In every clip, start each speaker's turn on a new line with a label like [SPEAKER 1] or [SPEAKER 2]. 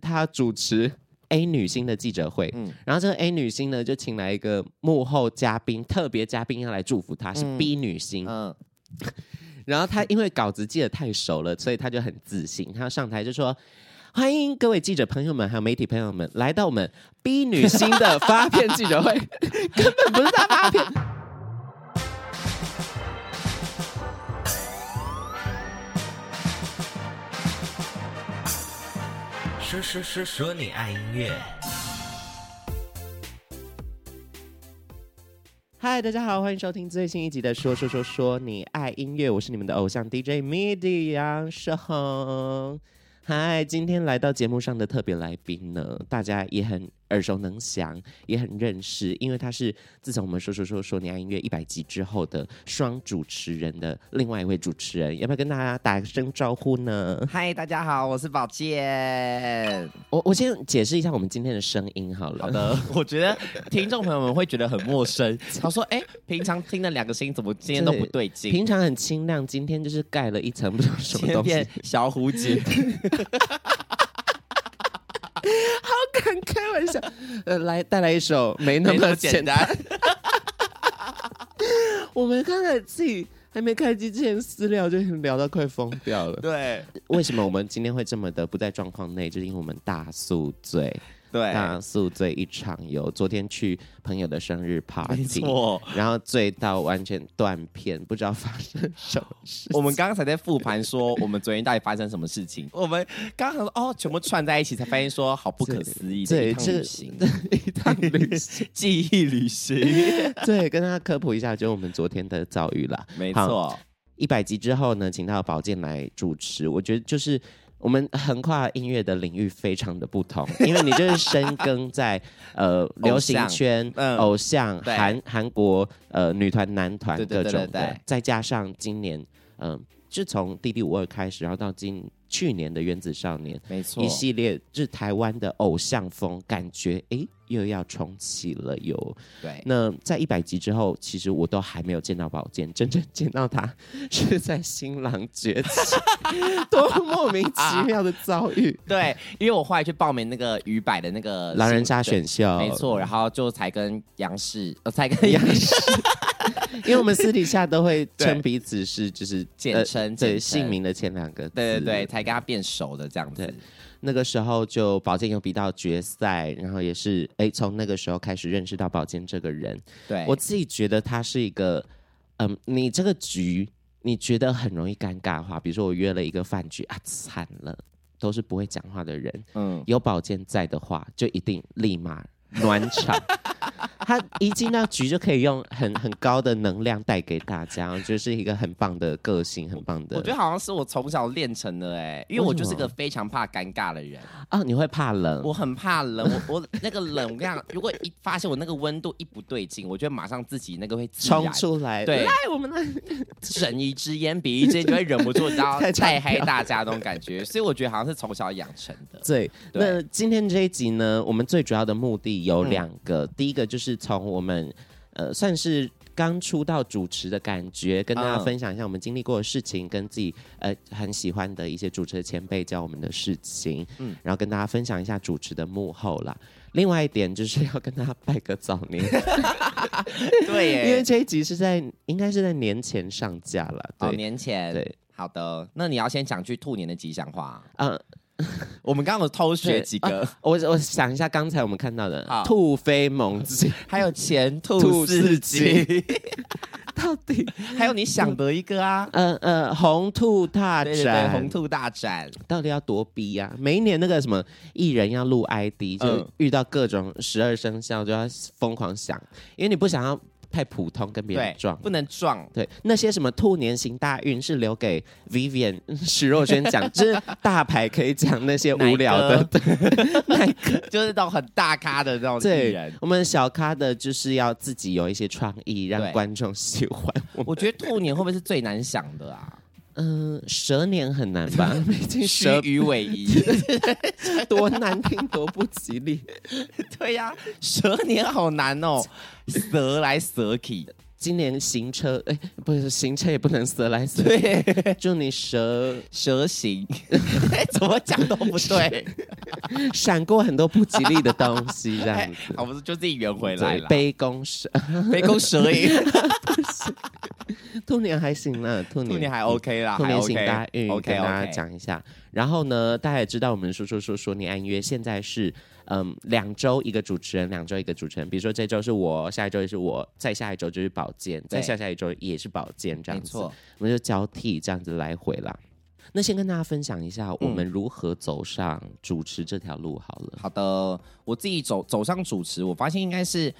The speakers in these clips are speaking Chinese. [SPEAKER 1] 他主持 A 女星的记者会，
[SPEAKER 2] 嗯
[SPEAKER 1] 然后这个 A 女星呢就请来一个幕后嘉宾，特别嘉宾要来祝福她，是
[SPEAKER 2] 嗯
[SPEAKER 1] B 女星。
[SPEAKER 2] 嗯
[SPEAKER 1] 然后他因为稿子记得太熟了，所以他就很自信。他上台就说：“欢迎各位记者朋友们，还有媒体朋友们，来到我们 B 女星的发片记者会。”根本不是他发片。
[SPEAKER 3] 说说说说你爱音乐，
[SPEAKER 1] 嗨，大家好，欢迎收听最新一集的《说说说说你爱音乐》，我是你们的偶像 DJ MIDI 杨世宏。嗨，今天来到节目上的特别来宾呢，大家也很耳熟能详，也很认识，因为他是自从我们《说说说说你爱音乐》一百集之后的双主持人的另外一位主持人，要不要跟大家打一声招呼呢？
[SPEAKER 2] 嗨，大家好，我是宝健。
[SPEAKER 1] 我我先解释一下我们今天的声音好了。
[SPEAKER 4] 好的， 我觉得听众朋友们会觉得很陌 生。他说：“哎、平常听的两个声音怎么今天都不对劲？
[SPEAKER 1] 平常很清亮，今天就是盖了一层不知道什
[SPEAKER 4] 今
[SPEAKER 1] 么
[SPEAKER 4] 天
[SPEAKER 1] 东西
[SPEAKER 4] 变。小虎姐，
[SPEAKER 1] 敢开玩笑。 呃，来带来一首没那
[SPEAKER 4] 没那
[SPEAKER 1] 么
[SPEAKER 4] 么简
[SPEAKER 1] 简单。
[SPEAKER 4] 单。
[SPEAKER 1] 我们刚才自己还没开机之前私聊就已经聊到快疯掉”了。
[SPEAKER 4] 对
[SPEAKER 1] 为什么我们今天会这么的不在状况内？就是因为我们大宿醉，
[SPEAKER 4] 对，
[SPEAKER 1] 大宿醉一场游。昨天去朋友的生日 party，
[SPEAKER 4] 没错。
[SPEAKER 1] 然后醉到完全断片，不知道发生什么事。
[SPEAKER 4] 我们刚刚才在复盘说，我们昨天到底发生什么事情？ 我们刚刚说哦，全部串在一起，才发现说好不可思议的
[SPEAKER 1] 对
[SPEAKER 4] 一趟
[SPEAKER 1] 这
[SPEAKER 4] 旅行，
[SPEAKER 1] 一趟旅 行，
[SPEAKER 4] 记忆旅行，
[SPEAKER 1] 对，跟大家科普一下，就是我们昨天的遭遇啦。
[SPEAKER 4] 没
[SPEAKER 1] 好
[SPEAKER 4] 错，
[SPEAKER 1] 一百集之后呢，请到宝剑来主持，我觉得就是。我们横跨音乐的领域非常的不同，因为你就是深耕在呃流行圈、
[SPEAKER 4] 嗯
[SPEAKER 1] 偶像、
[SPEAKER 4] 对
[SPEAKER 1] 韩韩国呃女团、男团
[SPEAKER 4] 对
[SPEAKER 1] 各
[SPEAKER 4] 对
[SPEAKER 1] 种的，
[SPEAKER 4] 对对对
[SPEAKER 1] 再加上今年嗯、呃就从《弟弟五二》开始，然后到今去年的《原子少年》，
[SPEAKER 4] 没错
[SPEAKER 1] 一，系列就是台湾的偶像风，感觉诶又要重启了哟。
[SPEAKER 4] 对，
[SPEAKER 1] 那在一百集之后，其实我都还没有见到宝剑，真正见到他 是在新郎崛起， 多莫名其妙的遭遇。
[SPEAKER 4] 对，因为我后来去报名那个鱼摆的那个
[SPEAKER 1] 狼人杀
[SPEAKER 4] 新
[SPEAKER 1] 选
[SPEAKER 4] 对
[SPEAKER 1] 秀，
[SPEAKER 4] 没， 错，然后就才跟杨氏，呃，才跟
[SPEAKER 1] 杨
[SPEAKER 4] 杨
[SPEAKER 1] 因为我们私底下都会
[SPEAKER 4] 对
[SPEAKER 1] 称彼此是就是
[SPEAKER 4] 简
[SPEAKER 1] 呃
[SPEAKER 4] 称
[SPEAKER 1] 对
[SPEAKER 4] 简称
[SPEAKER 1] 姓名的前两个字，
[SPEAKER 4] 对对对，。才跟他变熟的这样子
[SPEAKER 1] 对。那个时候就宝剑有比到决赛，然后也是哎从那个时候开始认识到宝剑这个人，
[SPEAKER 4] 对，
[SPEAKER 1] 我自己觉得他是一个，嗯，你这个局你觉得很容易尴尬的话，比如说我约了一个饭局啊，惨了，都是不会讲话的人，
[SPEAKER 4] 嗯，
[SPEAKER 1] 有宝剑在的话，就一定立马暖场。 他一进到局就可以用很很高的能量带给大家，我觉得是一个很棒的个性，很棒的。
[SPEAKER 4] 我觉得好像是我从小练成的哎、因为我就是
[SPEAKER 1] 为什
[SPEAKER 4] 个非常怕尴尬的人，
[SPEAKER 1] 啊，你会怕冷，
[SPEAKER 4] 我很怕 冷，我我那个冷，我跟你讲，如果一发现我那个温度一不对劲，我就会马上自己那个会自
[SPEAKER 1] 冲
[SPEAKER 4] 燃，
[SPEAKER 1] 出来，
[SPEAKER 4] 对
[SPEAKER 1] 来我们来。
[SPEAKER 4] 忍一只烟比一只烟，就会忍不住，你知 道
[SPEAKER 1] 太常
[SPEAKER 4] 带嗨大家那种感觉，所以我觉得好像是从小养成 的。
[SPEAKER 1] 对，
[SPEAKER 4] 对嗯
[SPEAKER 1] 那今天这一集呢，我们最主要的目的有两个，第一个就是从我们呃算是。刚出道主持的感觉，跟大家
[SPEAKER 4] 嗯
[SPEAKER 1] 分享一下我们经历过的事情，跟自己呃很喜欢的一些主持的前辈教我们的事情，嗯
[SPEAKER 4] 嗯，
[SPEAKER 1] 然后跟大家分享一下主持的幕后啦。另外一点就是 要跟大家拜个早年，
[SPEAKER 4] 对耶，
[SPEAKER 1] 因为这一集是在应该是在年前上架了，
[SPEAKER 4] 哦
[SPEAKER 1] 对，
[SPEAKER 4] 年前
[SPEAKER 1] 对。
[SPEAKER 4] 好的，那你要先讲句兔年的吉祥话。啊呃
[SPEAKER 1] 嗯，
[SPEAKER 4] 我们刚刚有偷学几
[SPEAKER 1] 对
[SPEAKER 4] 个，
[SPEAKER 1] 我我想一下刚才我们看到的
[SPEAKER 4] 好
[SPEAKER 1] 兔飞猛进，
[SPEAKER 4] 还有前
[SPEAKER 1] 兔
[SPEAKER 4] 兔
[SPEAKER 1] 四
[SPEAKER 4] 四
[SPEAKER 1] 季
[SPEAKER 4] 季，
[SPEAKER 1] 到底
[SPEAKER 4] 还有你想得一个啊，
[SPEAKER 1] 呃呃，红兔大
[SPEAKER 4] 对对对，
[SPEAKER 1] 展，
[SPEAKER 4] 红兔大展，
[SPEAKER 1] 到底要多逼呀、每一年那个什么艺人要录 ID，就
[SPEAKER 4] 嗯
[SPEAKER 1] 遇到各种十二生肖就要疯狂想，因为你不想要太普通跟别人
[SPEAKER 4] 对
[SPEAKER 1] 撞，。
[SPEAKER 4] 不能撞，
[SPEAKER 1] 对，那些什么兔年行大运是留给 Vivian 徐若瑄讲，就是大牌可以讲那些无聊的
[SPEAKER 4] 奶。 就是那种很大咖的那种艺
[SPEAKER 1] 对
[SPEAKER 4] 人。，
[SPEAKER 1] 我们小咖的就是要自己有一些创意，让
[SPEAKER 4] 对
[SPEAKER 1] 观众喜欢我们。
[SPEAKER 4] 我觉得兔年会不会是最难想的 啊？
[SPEAKER 1] 嗯、蛇年很难 吧？毕竟
[SPEAKER 4] 虚
[SPEAKER 1] 蛇
[SPEAKER 4] 与委蛇
[SPEAKER 1] 多难听，多不吉利。
[SPEAKER 4] 对呀、蛇年好难哦，蛇来蛇去，
[SPEAKER 1] 今年行车，哎、不是行车也不能蛇来蛇，
[SPEAKER 4] 对，
[SPEAKER 1] 祝你蛇
[SPEAKER 4] 蛇 形，怎么讲都不对，哎
[SPEAKER 1] 闪过很多不吉利的东 西，这样子。
[SPEAKER 4] 我们就自己圆回
[SPEAKER 1] 对，
[SPEAKER 4] 来
[SPEAKER 1] 呃
[SPEAKER 4] 了。
[SPEAKER 1] 杯弓蛇，
[SPEAKER 4] 杯弓蛇影，
[SPEAKER 1] 兔年还行啦，兔年
[SPEAKER 4] 兔年还 OK 啦，
[SPEAKER 1] 嗯兔
[SPEAKER 4] 还
[SPEAKER 1] 年行大
[SPEAKER 4] OK，OK
[SPEAKER 1] 运跟大家讲一下。然后呢，大家也知道我们说说说说你安约现在是嗯两周一个主持人，两周一个主持人。比如说这周是我，下一周也是我，再下一周就是宝剑，再下下一周也是宝剑，这
[SPEAKER 4] 没
[SPEAKER 1] 样子，
[SPEAKER 4] 错。
[SPEAKER 1] 我们就交替这样子来回啦。那先跟大家分享一
[SPEAKER 4] 嗯
[SPEAKER 1] 下我们如何走上主持这条路好了。
[SPEAKER 4] 好的，我自己走走上主持，我发现应该是，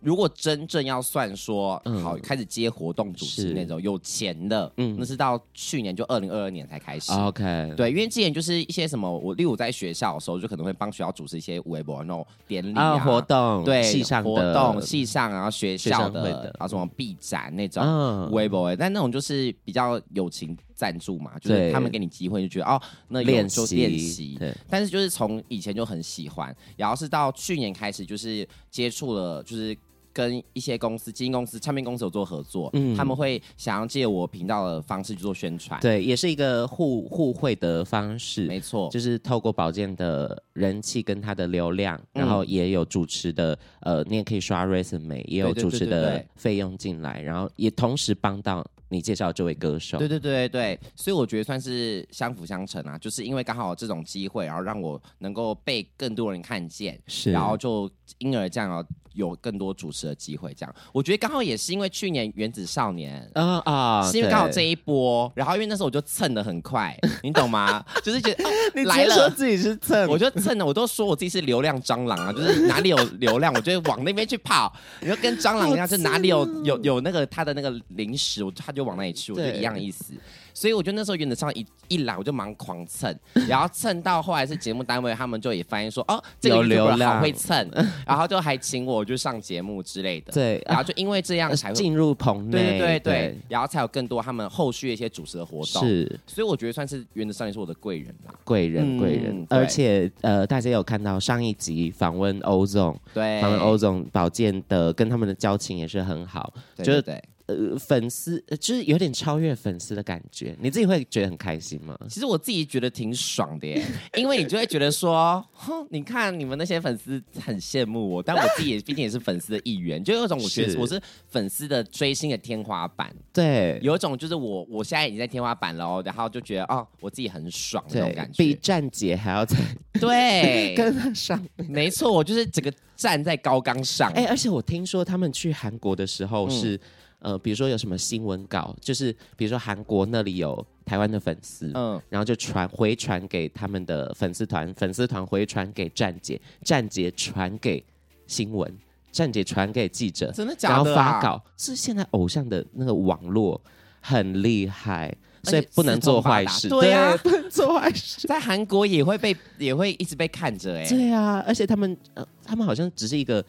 [SPEAKER 4] 如果真正要算说、
[SPEAKER 1] 嗯
[SPEAKER 4] 好开始接活动主
[SPEAKER 1] 是
[SPEAKER 4] 持那种有钱的，
[SPEAKER 1] 嗯哦
[SPEAKER 4] 嗯，那是到去年就二零二二年才开始。
[SPEAKER 1] OK，啊
[SPEAKER 4] 对，因为之前就是一些什么，我例如在学校的时候，就可能会帮学校主持一些微博那种典礼啊、
[SPEAKER 1] 啊，活动
[SPEAKER 4] 对
[SPEAKER 1] 系上的
[SPEAKER 4] 活动、系上，然后学校
[SPEAKER 1] 学
[SPEAKER 4] 的，
[SPEAKER 1] 生会的
[SPEAKER 4] 然后什么毕展那种，
[SPEAKER 1] 嗯
[SPEAKER 4] 微博、欸，但那种就是比较友情赞助嘛，就
[SPEAKER 1] 对
[SPEAKER 4] 是他们给你机会，就觉得哦，那有
[SPEAKER 1] 练
[SPEAKER 4] 就
[SPEAKER 1] 习
[SPEAKER 4] 练习
[SPEAKER 1] 对。
[SPEAKER 4] 但是就是从以前就很喜欢，然后是到去年开始就是接触了，就是。跟一些公司、基金公司、唱片公司有做合作，
[SPEAKER 1] 嗯
[SPEAKER 4] 他们会想要借我频道的方式去做宣传，，
[SPEAKER 1] 对，也是一个互互惠的方式。
[SPEAKER 4] 没错，
[SPEAKER 1] 就是透过宝剑的人气跟他的流量，
[SPEAKER 4] 嗯
[SPEAKER 1] 然后也有主持的，呃，你也可以刷 resume，也有
[SPEAKER 4] 对对
[SPEAKER 1] 主持
[SPEAKER 4] 对对
[SPEAKER 1] 的
[SPEAKER 4] 对
[SPEAKER 1] 费用进来，然后也同时帮到你介绍这位歌手。
[SPEAKER 4] 对对对对对，所以我觉得算是相辅相成啊，就是因为刚好有这种机会，然后让我能够被更多人看见，
[SPEAKER 1] 是
[SPEAKER 4] 然后就因而这样啊有更多主持的机会。这样，我觉得刚好也是因为去年原子少年。
[SPEAKER 1] 啊啊，
[SPEAKER 4] 是因为刚好这
[SPEAKER 1] 一
[SPEAKER 4] 一波，然后因为那时候我就蹭的很快，你懂吗？ 就是觉得、哦、来
[SPEAKER 1] 直接说
[SPEAKER 4] 了，
[SPEAKER 1] 自己是蹭，
[SPEAKER 4] 我就蹭的，我都说我自己是流量蟑螂啊，就是哪 里有流量，我就会往那边去跑。你就跟蟑螂一样，就哪里有有有那个它的那个零食，我它就往那里去，我就
[SPEAKER 1] 哦对
[SPEAKER 4] 一样意思。所以我觉得那时候原则上一一来我就忙狂蹭，然后蹭到后来是节目单位他们就也发现说，哦，这
[SPEAKER 1] 有
[SPEAKER 4] 个
[SPEAKER 1] 流
[SPEAKER 4] YouTuber
[SPEAKER 1] 量
[SPEAKER 4] 好会蹭，然后就还请我就上节目之类的。
[SPEAKER 1] 对，
[SPEAKER 4] 然
[SPEAKER 1] 啊
[SPEAKER 4] 后就因为这样才会。
[SPEAKER 1] 进入棚
[SPEAKER 4] 对
[SPEAKER 1] 内，
[SPEAKER 4] 对对对，然后才有更多他们后续的一些主持的活动，
[SPEAKER 1] 是
[SPEAKER 4] 所以我觉得算是原则上也是我的贵人啦。
[SPEAKER 1] 贵人
[SPEAKER 4] 嗯
[SPEAKER 1] 贵人，
[SPEAKER 4] 对
[SPEAKER 1] 而且呃，大家有看到上一集访问欧总，
[SPEAKER 4] 对，
[SPEAKER 1] 访问欧总保健的，跟他们的交情也是很好。
[SPEAKER 4] 对，
[SPEAKER 1] 就是
[SPEAKER 4] 对对
[SPEAKER 1] 呃粉丝，呃就是有点超越粉丝的感觉。你自己会觉得很开心吗？
[SPEAKER 4] 其实我自己觉得挺爽的耶， 因为你就会觉得说， 哼，你看你们那些粉丝很羡慕我，但我自己也毕竟也是粉丝的一员，就有一种我觉
[SPEAKER 1] 是
[SPEAKER 4] 得我是粉丝的追星的天花板，
[SPEAKER 1] 对，
[SPEAKER 4] 有一种就是我我现在已经在天花板了哦，然后就觉得哦，我自己很爽那种
[SPEAKER 1] 对
[SPEAKER 4] 感，
[SPEAKER 1] 比
[SPEAKER 4] 觉，
[SPEAKER 1] 站姐还要再
[SPEAKER 4] 对，
[SPEAKER 1] 跟得上。
[SPEAKER 4] 没错，我就是整个站在高岗上，
[SPEAKER 1] 哎、而且我听说他们去韩国的时
[SPEAKER 4] 嗯
[SPEAKER 1] 候是，呃，比如说有什么新闻稿，就是比如说韩国那里有台湾的粉丝。
[SPEAKER 4] 嗯，
[SPEAKER 1] 然后就传回传给他们的粉丝团，粉丝团回传给站姐，站姐传给新闻，站姐传给记者，
[SPEAKER 4] 真的啊
[SPEAKER 1] 然
[SPEAKER 4] 假
[SPEAKER 1] 后
[SPEAKER 4] 的、
[SPEAKER 1] 发，稿，是现在偶像的那个网络很厉害，所以不能做坏事，
[SPEAKER 4] 而且四通八达对啊
[SPEAKER 1] 不能做坏事。
[SPEAKER 4] 在韩国也会被也会一直被看着哎、
[SPEAKER 1] 对啊，而且他们呃，他们好像只是一个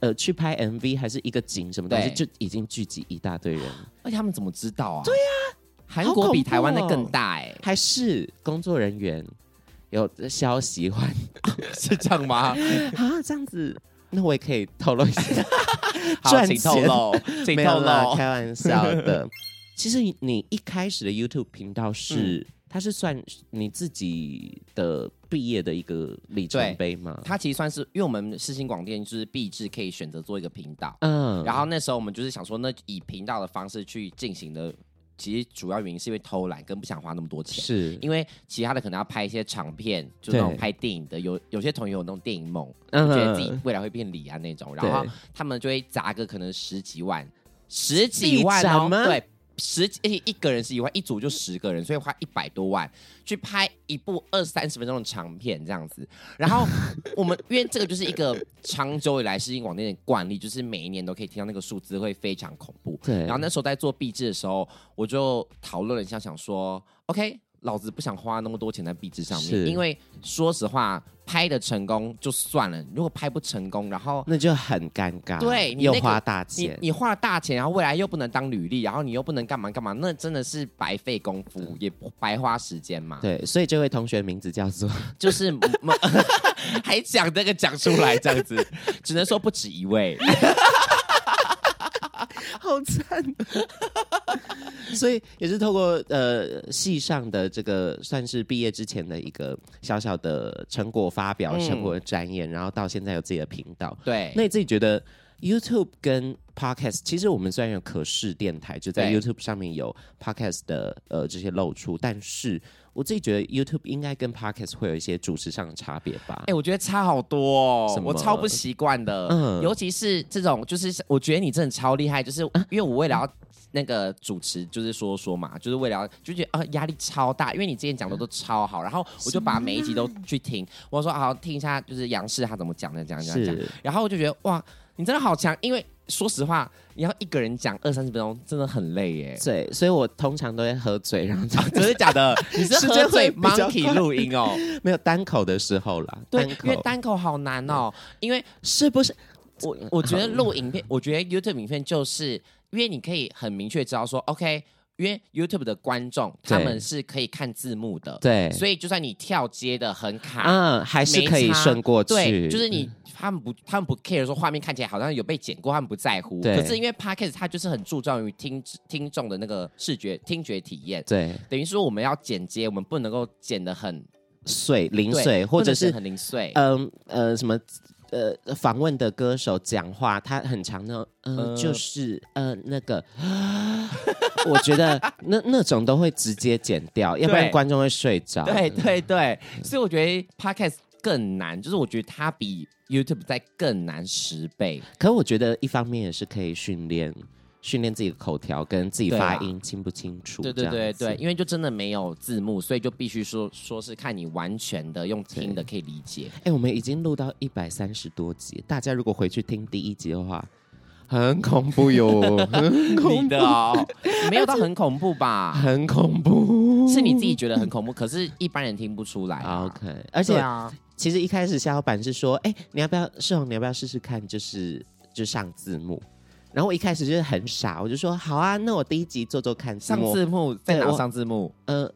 [SPEAKER 1] 呃去拍 MV 还是一个景什么东西，
[SPEAKER 4] 对
[SPEAKER 1] 就已经聚集一大堆人，
[SPEAKER 4] 而且他们怎么知道啊？对呀、韩
[SPEAKER 1] 好恐
[SPEAKER 4] 国比台湾的
[SPEAKER 1] 怖哦
[SPEAKER 4] 更大 哎、
[SPEAKER 1] 还是工作人员有消息欢
[SPEAKER 4] 是这样吗？
[SPEAKER 1] 啊这样子，那我也可以透露一 下。
[SPEAKER 4] 好，
[SPEAKER 1] 赚
[SPEAKER 4] 请透
[SPEAKER 1] 钱
[SPEAKER 4] 露， 请
[SPEAKER 1] 没有
[SPEAKER 4] 透
[SPEAKER 1] 啦，
[SPEAKER 4] 露。
[SPEAKER 1] 开玩笑 的。其实你一开始的 YouTube 频道是，
[SPEAKER 4] 嗯
[SPEAKER 1] 它是算你自己的毕业的一个里程碑吗？
[SPEAKER 4] 它其实算是，因为我们世新广电就是必制可以选择做一个频道，
[SPEAKER 1] 嗯
[SPEAKER 4] 然后那时候我们就是想说，那以频道的方式去进行的，其实主要原因是因为偷懒跟不想花那么多钱。
[SPEAKER 1] 是
[SPEAKER 4] 因为其他的可能要拍一些长片，就是那种
[SPEAKER 1] 对
[SPEAKER 4] 拍电影的，有有些同学有那种电影梦，
[SPEAKER 1] 嗯
[SPEAKER 4] 觉得自己未来会变李安那种，然后
[SPEAKER 1] 对
[SPEAKER 4] 他们就会砸个可能十几万，十几万
[SPEAKER 1] 地
[SPEAKER 4] 哦
[SPEAKER 1] 展，吗
[SPEAKER 4] 对，十几而且一个人十几万，一组就十个人，所以花一百多万去拍一部二三十分钟的长片这样子。然后我们因为这个就是一个长久以来世新广电的惯例，就是每一年都可以听到那个数字会非常恐怖。
[SPEAKER 1] 对，
[SPEAKER 4] 然后那时候在做壁纸的时候，我就讨论了一下，想说，OK，老子不想花那么多钱在壁纸上
[SPEAKER 1] 是
[SPEAKER 4] 面，因为说实话，拍的成功就算了，如果拍不成功，然后
[SPEAKER 1] 那就很尴尬，
[SPEAKER 4] 对你
[SPEAKER 1] 又
[SPEAKER 4] 那个
[SPEAKER 1] 花大
[SPEAKER 4] 你
[SPEAKER 1] 钱，
[SPEAKER 4] 你花了大钱，然后未来又不能当履历，然后你又不能干嘛干嘛，那真的是白费功夫，也白花时间嘛。
[SPEAKER 1] 对，所以这位同学名字叫做
[SPEAKER 4] 就是 嗯还讲这个讲出来这样子，只能说不止一位。
[SPEAKER 1] 好好赞！所以也是透过呃系上的这个算是毕业之前的一个小小的成果发表、
[SPEAKER 4] 嗯
[SPEAKER 1] 成果展演，然后到现在有自己的频道。
[SPEAKER 4] 对，
[SPEAKER 1] 那你自己觉得 YouTube 跟 Podcast，其实我们虽然有可视电台，就在
[SPEAKER 4] 对
[SPEAKER 1] YouTube 上面有 Podcast 的呃这些露出，但是我自己觉得 YouTube 应该跟 Podcast 会有一些主持上的差别吧
[SPEAKER 4] 哎、？我觉得差好多、
[SPEAKER 1] 什
[SPEAKER 4] 哦
[SPEAKER 1] 么，
[SPEAKER 4] 我超不习惯的。
[SPEAKER 1] 嗯
[SPEAKER 4] 尤其是这种，就是我觉得你真的超厉害，就是
[SPEAKER 1] 啊
[SPEAKER 4] 因为我为了要那个主持，就是说说嘛，就是为了要就觉得啊压力超大，因为你之前讲的
[SPEAKER 1] 嗯
[SPEAKER 4] 都超好，然后我就把每一集都去听，我说好听一下，就是杨氏他怎么讲的，讲讲讲，
[SPEAKER 1] 是
[SPEAKER 4] 然后我就觉得哇，你真的好强，因为说实话，你要一个人讲二三十分钟，真的很累耶。
[SPEAKER 1] 对，所以我通常都会喝醉，然后 才
[SPEAKER 4] 真的假的？你 是
[SPEAKER 1] 时
[SPEAKER 4] 喝
[SPEAKER 1] 间会
[SPEAKER 4] 醉
[SPEAKER 1] 比较
[SPEAKER 4] Monkey
[SPEAKER 1] 快
[SPEAKER 4] 录音哦？
[SPEAKER 1] 没有单口的时候啦。
[SPEAKER 4] 对，
[SPEAKER 1] 单
[SPEAKER 4] 因
[SPEAKER 1] 口
[SPEAKER 4] 为单口好难哦，因为
[SPEAKER 1] 是不是？
[SPEAKER 4] 我我觉得录影 片，我觉得 YouTube 影片就是因为你可以很明确知道说，OK，因为 YouTube 的观众他
[SPEAKER 1] 对
[SPEAKER 4] 们是可以看字幕的，，
[SPEAKER 1] 对，
[SPEAKER 4] 所以就算你跳接的很卡，
[SPEAKER 1] 嗯，还是
[SPEAKER 4] 没
[SPEAKER 1] 可以
[SPEAKER 4] 差
[SPEAKER 1] 顺过去。
[SPEAKER 4] 对，就是
[SPEAKER 1] 嗯
[SPEAKER 4] 你他们不他们不 care 说画面看起来好像有被剪过，他们不在乎。
[SPEAKER 1] 对
[SPEAKER 4] 可是因为 Podcast 它就是很注重于听听众的那个视觉听觉体验，
[SPEAKER 1] 对
[SPEAKER 4] 等于说我们要剪接，我们不能够剪的很
[SPEAKER 1] 碎零
[SPEAKER 4] 对
[SPEAKER 1] 碎，或
[SPEAKER 4] 不能
[SPEAKER 1] 者
[SPEAKER 4] 剪
[SPEAKER 1] 是
[SPEAKER 4] 很零碎。
[SPEAKER 1] 嗯呃什么呃访问的歌手讲话，他很长的，嗯、呃，
[SPEAKER 4] 呃
[SPEAKER 1] 就是呃那个，我觉得那那种都会直接剪掉，要不然
[SPEAKER 4] 对
[SPEAKER 1] 观众会睡着。
[SPEAKER 4] 对对对，所以我觉得 podcast 更难，就是我觉得它比 YouTube 再更难十倍。
[SPEAKER 1] 可我觉得一方面也是可以训练训练自己的口条跟自己
[SPEAKER 4] 对
[SPEAKER 1] 发
[SPEAKER 4] 啊
[SPEAKER 1] 音清不清楚。
[SPEAKER 4] 对对
[SPEAKER 1] 这
[SPEAKER 4] 对
[SPEAKER 1] 样子
[SPEAKER 4] 对，因为就真的没有字幕，所以就必须说说是看你完全的用听的可以理解。
[SPEAKER 1] 哎、我们已经录到一百三十多集，大家如果回去听第一集的话，很恐怖 哟，很恐
[SPEAKER 4] 你的哦，没有到很恐怖吧？
[SPEAKER 1] 很恐怖。
[SPEAKER 4] 是你自己觉得很恐怖，可是一般人听不出来、啊。
[SPEAKER 1] 嗯 OK，而
[SPEAKER 4] 对
[SPEAKER 1] 且
[SPEAKER 4] 啊，
[SPEAKER 1] 其实一开始夏老板是说，哎、你要不要世宏，你要不要试试看，就是就上字幕。然后我一开始就是很傻，我就说好啊，那我第一集做做看字
[SPEAKER 4] 上
[SPEAKER 1] 幕。
[SPEAKER 4] 字幕在
[SPEAKER 1] 对
[SPEAKER 4] 哪
[SPEAKER 1] 我
[SPEAKER 4] 上字幕？
[SPEAKER 1] 呃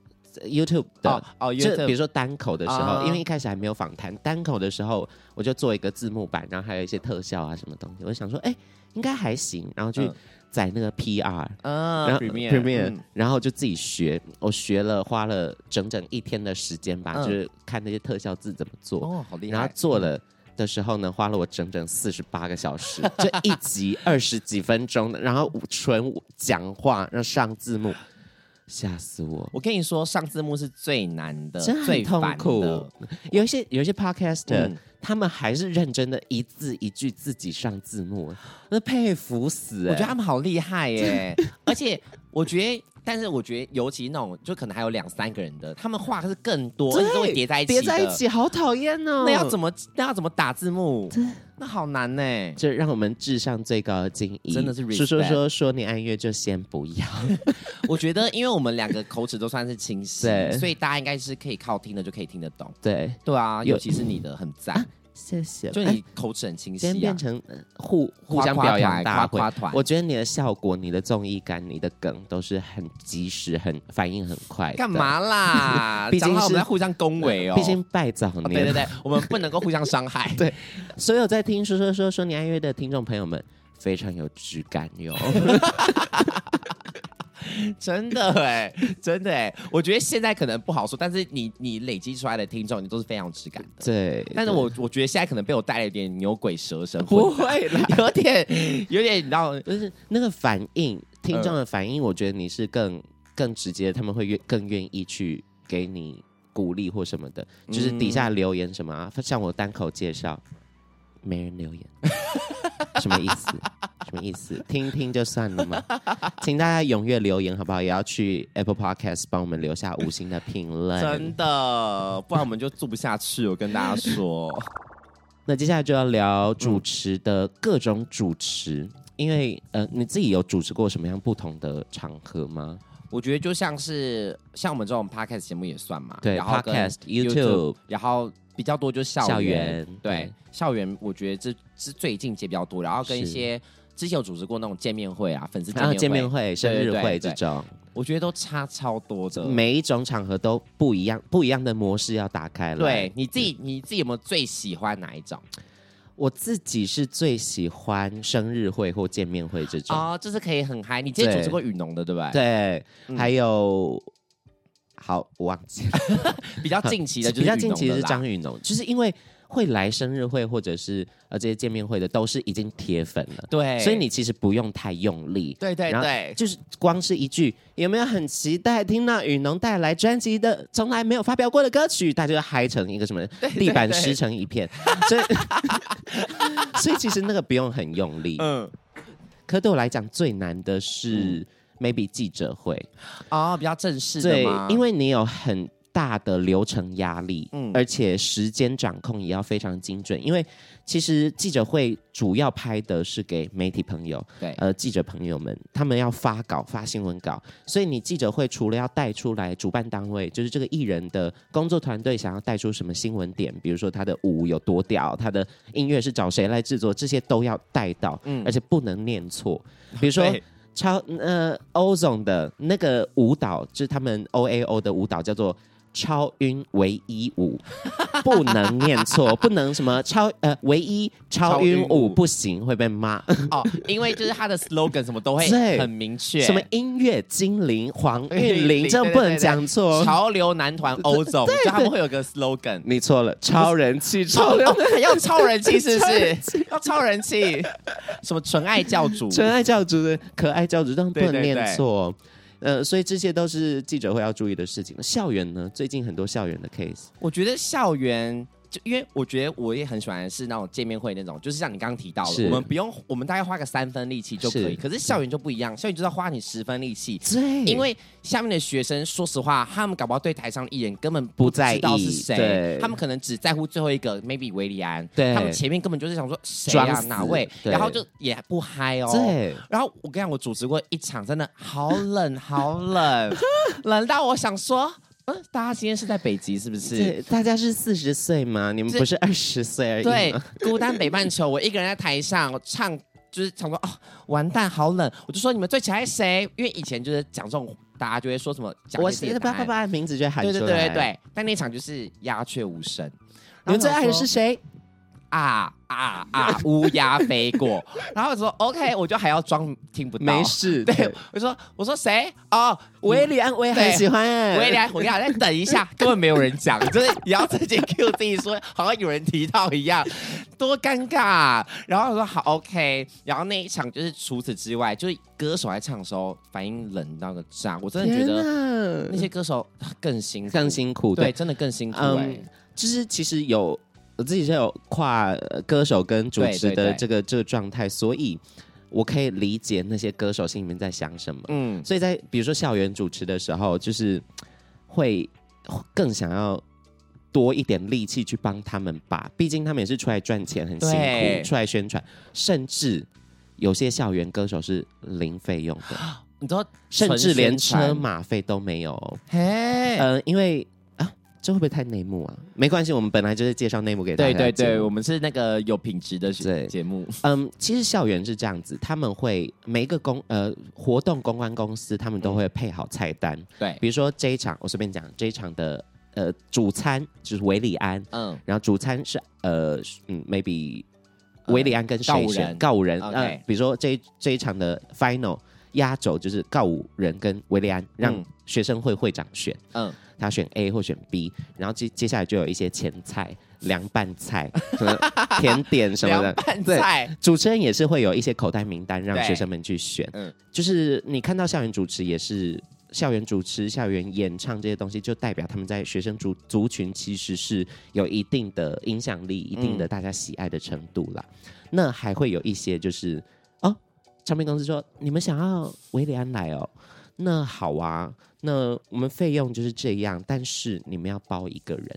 [SPEAKER 1] ，YouTube 的，
[SPEAKER 4] 哦哦
[SPEAKER 1] 就比如
[SPEAKER 4] ，YouTube
[SPEAKER 1] 说单口的时候，
[SPEAKER 4] 啊
[SPEAKER 1] 因为一开始还没有访谈，单口的时候我就做一个字幕版，然后还有一些特效啊什么东西，我就想说，哎、应该还行，然后去
[SPEAKER 4] 嗯
[SPEAKER 1] 载那个 PR，、
[SPEAKER 4] 嗯
[SPEAKER 1] 然后
[SPEAKER 4] Premiere
[SPEAKER 1] Premiere，、
[SPEAKER 4] 嗯
[SPEAKER 1] 然后就自己学，我学了花了整整一天的时间吧，
[SPEAKER 4] 嗯
[SPEAKER 1] 就是看那些特效字怎么做，
[SPEAKER 4] 哦，好厉
[SPEAKER 1] 然后
[SPEAKER 4] 害！
[SPEAKER 1] 做了。的时候呢，花了我整整四十八个小 时，这一集二十几分钟的，然后纯讲话，然后上字幕，吓死我！
[SPEAKER 4] 我跟你说，上字幕是最难的，
[SPEAKER 1] 真的
[SPEAKER 4] 最
[SPEAKER 1] 很痛
[SPEAKER 4] 烦
[SPEAKER 1] 苦
[SPEAKER 4] 的。
[SPEAKER 1] 有一些有一些 podcaster，、
[SPEAKER 4] 嗯
[SPEAKER 1] 他们还是认真的一字一句自己上字幕，那佩服死、欸！
[SPEAKER 4] 我觉得他们好厉害耶、而且我觉得，但是我觉得，尤其那种就可能还有两三个人的，他们话是更多，而且都会叠在一起，
[SPEAKER 1] 叠在一。起，好讨厌哦！
[SPEAKER 4] 那要怎么那要怎么打字幕？那好难呢、
[SPEAKER 1] 这让我们致上最高的敬意，
[SPEAKER 4] 真的是
[SPEAKER 1] 说说
[SPEAKER 4] respect
[SPEAKER 1] 说说你按月就先不要，
[SPEAKER 4] 我觉得，因为我们两个口齿都算是清晰
[SPEAKER 1] 对，
[SPEAKER 4] 所以大家应该是可以靠听的就可以听得懂。
[SPEAKER 1] 对，
[SPEAKER 4] 对啊，
[SPEAKER 1] 有
[SPEAKER 4] 尤其是你的很赞，
[SPEAKER 1] 谢谢。
[SPEAKER 4] 就
[SPEAKER 1] 哎
[SPEAKER 4] 你口齿很清晰
[SPEAKER 1] 今天
[SPEAKER 4] 啊
[SPEAKER 1] 变。成呃互互
[SPEAKER 4] 夸
[SPEAKER 1] 相
[SPEAKER 4] 夸
[SPEAKER 1] 表扬
[SPEAKER 4] 团
[SPEAKER 1] 大
[SPEAKER 4] 夸
[SPEAKER 1] 会
[SPEAKER 4] 夸，团
[SPEAKER 1] 我觉得你的效果、你的综艺感、你的梗都是很及时、很反应很快的。？
[SPEAKER 4] 干嘛啦
[SPEAKER 1] 毕竟
[SPEAKER 4] 讲到我
[SPEAKER 1] 是
[SPEAKER 4] 们在互相恭维 哦。
[SPEAKER 1] 毕竟拜早
[SPEAKER 4] 哦，
[SPEAKER 1] 年，
[SPEAKER 4] 对对对，我们不能够互相伤害。对。
[SPEAKER 1] 所有在听说说说说你爱乐的听众朋友们，非常有质感 哟。
[SPEAKER 4] 真的哎、真的哎、我觉得现在可能不好说，但是你你累积出来的听众，你都是非常有质感的。
[SPEAKER 1] 对，
[SPEAKER 4] 但是我我觉得现在可能被我带了一点牛鬼蛇神，
[SPEAKER 1] 不会啦，
[SPEAKER 4] 有点有点，你知道，
[SPEAKER 1] 就是那个反应，听众的反应，我觉得你是更更直接，他们会愿更愿意去给你鼓励或什么的，就是底下留言什么啊，像我单口介绍，没人留言，什么意思？什么意思？听一听就算了嘛，请大家踊跃留言好不好？也要去 Apple Podcast 帮我们留下五星的评论。
[SPEAKER 4] 哎真的，不然我们就做不下去。我跟大家说，
[SPEAKER 1] 那接下来就要聊主持的各种主持，因为呃，你自己有主持过什么样不同的场合吗？
[SPEAKER 4] 我觉得就像是像我们这种 podcast 节目也算嘛，
[SPEAKER 1] 对
[SPEAKER 4] 然后跟
[SPEAKER 1] ，podcast、YouTube
[SPEAKER 4] YouTube，然后比较多就是校
[SPEAKER 1] 校园
[SPEAKER 4] 园，
[SPEAKER 1] 对
[SPEAKER 4] 对，校园我觉得这是最近接比较多，然后跟一
[SPEAKER 1] 是
[SPEAKER 4] 些之前有组织过那种见面会啊，粉丝
[SPEAKER 1] 然后见
[SPEAKER 4] 见面
[SPEAKER 1] 面
[SPEAKER 4] 会。
[SPEAKER 1] 会、生日
[SPEAKER 4] 对
[SPEAKER 1] 会
[SPEAKER 4] 对
[SPEAKER 1] 这
[SPEAKER 4] 对
[SPEAKER 1] 种，
[SPEAKER 4] 我觉得都差超多的。
[SPEAKER 1] 每一种场合都不
[SPEAKER 4] 欸
[SPEAKER 1] 一样，不一样的模式要打开了。
[SPEAKER 4] 对，你自己你自己有没有最喜欢哪一种？
[SPEAKER 1] 我自己是最喜欢生日会或见面会这种，
[SPEAKER 4] 哦，就是可以很嗨。你今天
[SPEAKER 1] 对
[SPEAKER 4] 主持过雨农的对吧？，
[SPEAKER 1] 对，
[SPEAKER 4] 嗯
[SPEAKER 1] 还有。好，我忘记了。
[SPEAKER 4] 比较近期的就是
[SPEAKER 1] 比较
[SPEAKER 4] 雨
[SPEAKER 1] 近
[SPEAKER 4] 农
[SPEAKER 1] 期
[SPEAKER 4] 的啊
[SPEAKER 1] 是
[SPEAKER 4] 啦
[SPEAKER 1] 张雨农，就是因为会来生日会或者是呃这些见面会的，都是已经铁粉了，
[SPEAKER 4] 对，
[SPEAKER 1] 所以你其实不用太用力。
[SPEAKER 4] 对对
[SPEAKER 1] 然后
[SPEAKER 4] 对，
[SPEAKER 1] 就是光是一句有没有很期待听到雨农带来专辑的从来没有发表过的歌曲，大家就嗨成一个什么地板
[SPEAKER 4] 对
[SPEAKER 1] 湿成一片，所以 所以其实那个不用很用力。
[SPEAKER 4] 嗯，
[SPEAKER 1] 可对我来讲最难的是 maybe 记者会，
[SPEAKER 4] 哦，比较正式的
[SPEAKER 1] 对
[SPEAKER 4] 吗，
[SPEAKER 1] 因为你有很大的流程压力，
[SPEAKER 4] 嗯
[SPEAKER 1] 而且时间掌控也要非常精准。因为其实记者会主要拍的是给媒体朋友，
[SPEAKER 4] 对
[SPEAKER 1] 呃，记者朋友们，他们要发稿、发新闻稿，所以你记者会除了要带出来主办单位，就是这个艺人的工作团队想要带出什么新闻点，比如说他的舞有多屌，他的音乐是找谁来制作，这些都要带到，
[SPEAKER 4] 嗯
[SPEAKER 1] 而且不能念错。比如说
[SPEAKER 4] 对
[SPEAKER 1] 超呃欧总的那个舞蹈，就是他们 O A O 的舞蹈叫做。超晕唯一舞不能念错，不能什么超呃唯一超
[SPEAKER 4] 超
[SPEAKER 1] 晕
[SPEAKER 4] 晕
[SPEAKER 1] 舞
[SPEAKER 4] 舞
[SPEAKER 1] 不行，会被骂。
[SPEAKER 4] 哦，因为就是他的 slogan 什么都会
[SPEAKER 1] 对
[SPEAKER 4] 很明确，
[SPEAKER 1] 什么音乐精灵黄
[SPEAKER 4] 对
[SPEAKER 1] 韵玲，
[SPEAKER 4] 对
[SPEAKER 1] 这
[SPEAKER 4] 对
[SPEAKER 1] 不
[SPEAKER 4] 对
[SPEAKER 1] 能
[SPEAKER 4] 对
[SPEAKER 1] 讲错。哦
[SPEAKER 4] 潮流男团欧总，就他们会有个 slogan，
[SPEAKER 1] 你错了，超人气潮 流
[SPEAKER 4] 哦还要超人气是 不是？要超人气，什么纯爱教 主？
[SPEAKER 1] 纯爱教主的可爱教主，但不
[SPEAKER 4] 对对
[SPEAKER 1] 能念
[SPEAKER 4] 对
[SPEAKER 1] 错。呃，所以这些都是记者会要注意的事情。校园呢，最近很多校园的 case，
[SPEAKER 4] 我觉得校园。就因为我觉得我也很喜欢是那种见面会那种，就是像你刚刚提到的，
[SPEAKER 1] 是
[SPEAKER 4] 我们不用，我们大概花个三分力气就可以。
[SPEAKER 1] 是
[SPEAKER 4] 可是校园就不一样，校园就是要花你十分力气，
[SPEAKER 1] 对
[SPEAKER 4] 因为下面的学生，说实话，他们搞不好对台上的艺人根本不
[SPEAKER 1] 不在
[SPEAKER 4] 知道
[SPEAKER 1] 意
[SPEAKER 4] 是谁
[SPEAKER 1] 对，
[SPEAKER 4] 他们可能只在乎最后一个 maybe 维里安，
[SPEAKER 1] 对
[SPEAKER 4] 他们前面根本就是想说谁啊
[SPEAKER 1] 装死
[SPEAKER 4] 哪位，
[SPEAKER 1] 对
[SPEAKER 4] 然后就也不嗨哦。
[SPEAKER 1] 对
[SPEAKER 4] 然后我跟你讲，我主持过一场，真的好冷，好冷， 冷到我想说，嗯，大家今天是在北极是不是？
[SPEAKER 1] 对大家是四十岁吗？你们
[SPEAKER 4] 这
[SPEAKER 1] 不是二十岁而已
[SPEAKER 4] 对
[SPEAKER 1] 吗？，
[SPEAKER 4] 孤单北半球，我一个人在台上我唱，就是想说哦，完蛋，好冷，我就说你们最喜爱谁？因为以前就是讲这种，大家就会说什么，讲
[SPEAKER 1] 我
[SPEAKER 4] 类似
[SPEAKER 1] 写
[SPEAKER 4] 的
[SPEAKER 1] 的
[SPEAKER 4] 答
[SPEAKER 1] 叭
[SPEAKER 4] 案
[SPEAKER 1] 叭叭，名字就喊
[SPEAKER 4] 对
[SPEAKER 1] 出来。
[SPEAKER 4] 对对对对，但那场就是鸦雀无声。
[SPEAKER 1] 你们最爱的是
[SPEAKER 4] 然后
[SPEAKER 1] 谁？
[SPEAKER 4] 啊啊啊，乌鸦飞过， 然后我说 OK，我就还要装听不到。
[SPEAKER 1] 没，事，
[SPEAKER 4] 对我说我说谁？哦，
[SPEAKER 1] 威
[SPEAKER 4] 威
[SPEAKER 1] 廉，我也
[SPEAKER 4] 对
[SPEAKER 1] 很 喜欢哎，
[SPEAKER 4] 威廉，我跟你讲，再等一下，根本没有人讲， 就是也要自己 Q 自己说，好像有人提到一样，多尴尬、啊然后我说好 OK，然后那一场就是除此之外，就是歌手在唱的时候反应冷到个炸，我真的觉
[SPEAKER 1] 天
[SPEAKER 4] 得
[SPEAKER 1] 哪
[SPEAKER 4] 那些歌手更辛苦，
[SPEAKER 1] 更辛苦，
[SPEAKER 4] 对，真的更辛苦、欸。
[SPEAKER 1] 嗯，就是其实有我自己是有跨呃歌手跟主持
[SPEAKER 4] 对对
[SPEAKER 1] 的
[SPEAKER 4] 对
[SPEAKER 1] 这个这个状态，所以我可以理解那些歌手心里面在想什么。
[SPEAKER 4] 嗯，
[SPEAKER 1] 所以在比如说校园主持的时候，就是会更想要。多一点力气去帮他们吧，毕竟他们也是出来赚钱，很辛
[SPEAKER 4] 对
[SPEAKER 1] 苦，出来宣传，甚至有些校园歌手是零费用的，
[SPEAKER 4] 你知道，
[SPEAKER 1] 甚至连车
[SPEAKER 4] 嘛，
[SPEAKER 1] 马费都没有哦。
[SPEAKER 4] 嘿，
[SPEAKER 1] 嗯，因为啊，这会不会太内幕啊？没关系，我们本来就是介绍内幕给大家的
[SPEAKER 4] 对
[SPEAKER 1] 节
[SPEAKER 4] 对
[SPEAKER 1] 目。
[SPEAKER 4] 对，我们是那个有品质的
[SPEAKER 1] 对
[SPEAKER 4] 节目，
[SPEAKER 1] 嗯，其实校园是这样子，他们会每一个公呃活动公关公司，他们都会配好菜单。
[SPEAKER 4] 对，
[SPEAKER 1] 比如说这一场，我随便讲，这一场的呃主餐就是维里安，
[SPEAKER 4] 嗯，
[SPEAKER 1] 然后主餐是呃嗯 maybe 维里安跟
[SPEAKER 4] 呃告
[SPEAKER 1] 谁
[SPEAKER 4] 五
[SPEAKER 1] 选
[SPEAKER 4] 人
[SPEAKER 1] 告五人？呃
[SPEAKER 4] OK，
[SPEAKER 1] 比如说这一这一场的 final 压轴就是告五人跟维里安，让
[SPEAKER 4] 嗯
[SPEAKER 1] 学生会会长选。
[SPEAKER 4] 嗯，
[SPEAKER 1] 他选 A 或选 B，然后接接下来就有一些前菜、凉拌菜、什么甜点什么
[SPEAKER 4] 凉
[SPEAKER 1] 的。
[SPEAKER 4] 拌
[SPEAKER 1] 对
[SPEAKER 4] 菜，
[SPEAKER 1] 主持人也是会有一些口袋名单让
[SPEAKER 4] 对
[SPEAKER 1] 学生们去选。
[SPEAKER 4] 嗯
[SPEAKER 1] 嗯，就是你看到校园主持也是。校园主持、校园演唱这些东西，就代表他们在学生族族群其实是有一定的影响力、一定的大家喜爱的程度啦。那还会有一些就是哦，唱片公司说你们想要维里安来哦，那好啊，那我们费用就是这样，但是你们要包一个人，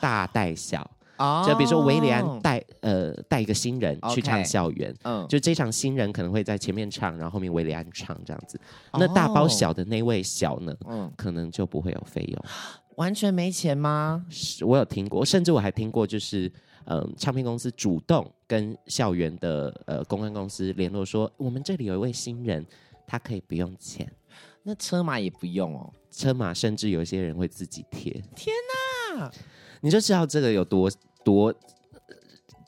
[SPEAKER 1] 大带小，
[SPEAKER 4] 哦
[SPEAKER 1] 就比如说维里安，带呃带一个新人
[SPEAKER 4] OK
[SPEAKER 1] 去唱校园。
[SPEAKER 4] 嗯，
[SPEAKER 1] 就这场新人可能会在前面唱，然后后面维里安唱这样子。那大包
[SPEAKER 4] 哦，
[SPEAKER 1] 小的那位小呢，
[SPEAKER 4] 嗯，
[SPEAKER 1] 可能就不会有费用。
[SPEAKER 4] 完全没钱吗？
[SPEAKER 1] 是我有听过，甚至我还听过，就是嗯、唱片公司主动跟校园的呃公关公司联络说，我们这里有一位新人，他可以不用钱。
[SPEAKER 4] 那车马也不用哦，
[SPEAKER 1] 车马甚至有一些人会自己贴。天哪！你就知道这个有多多呃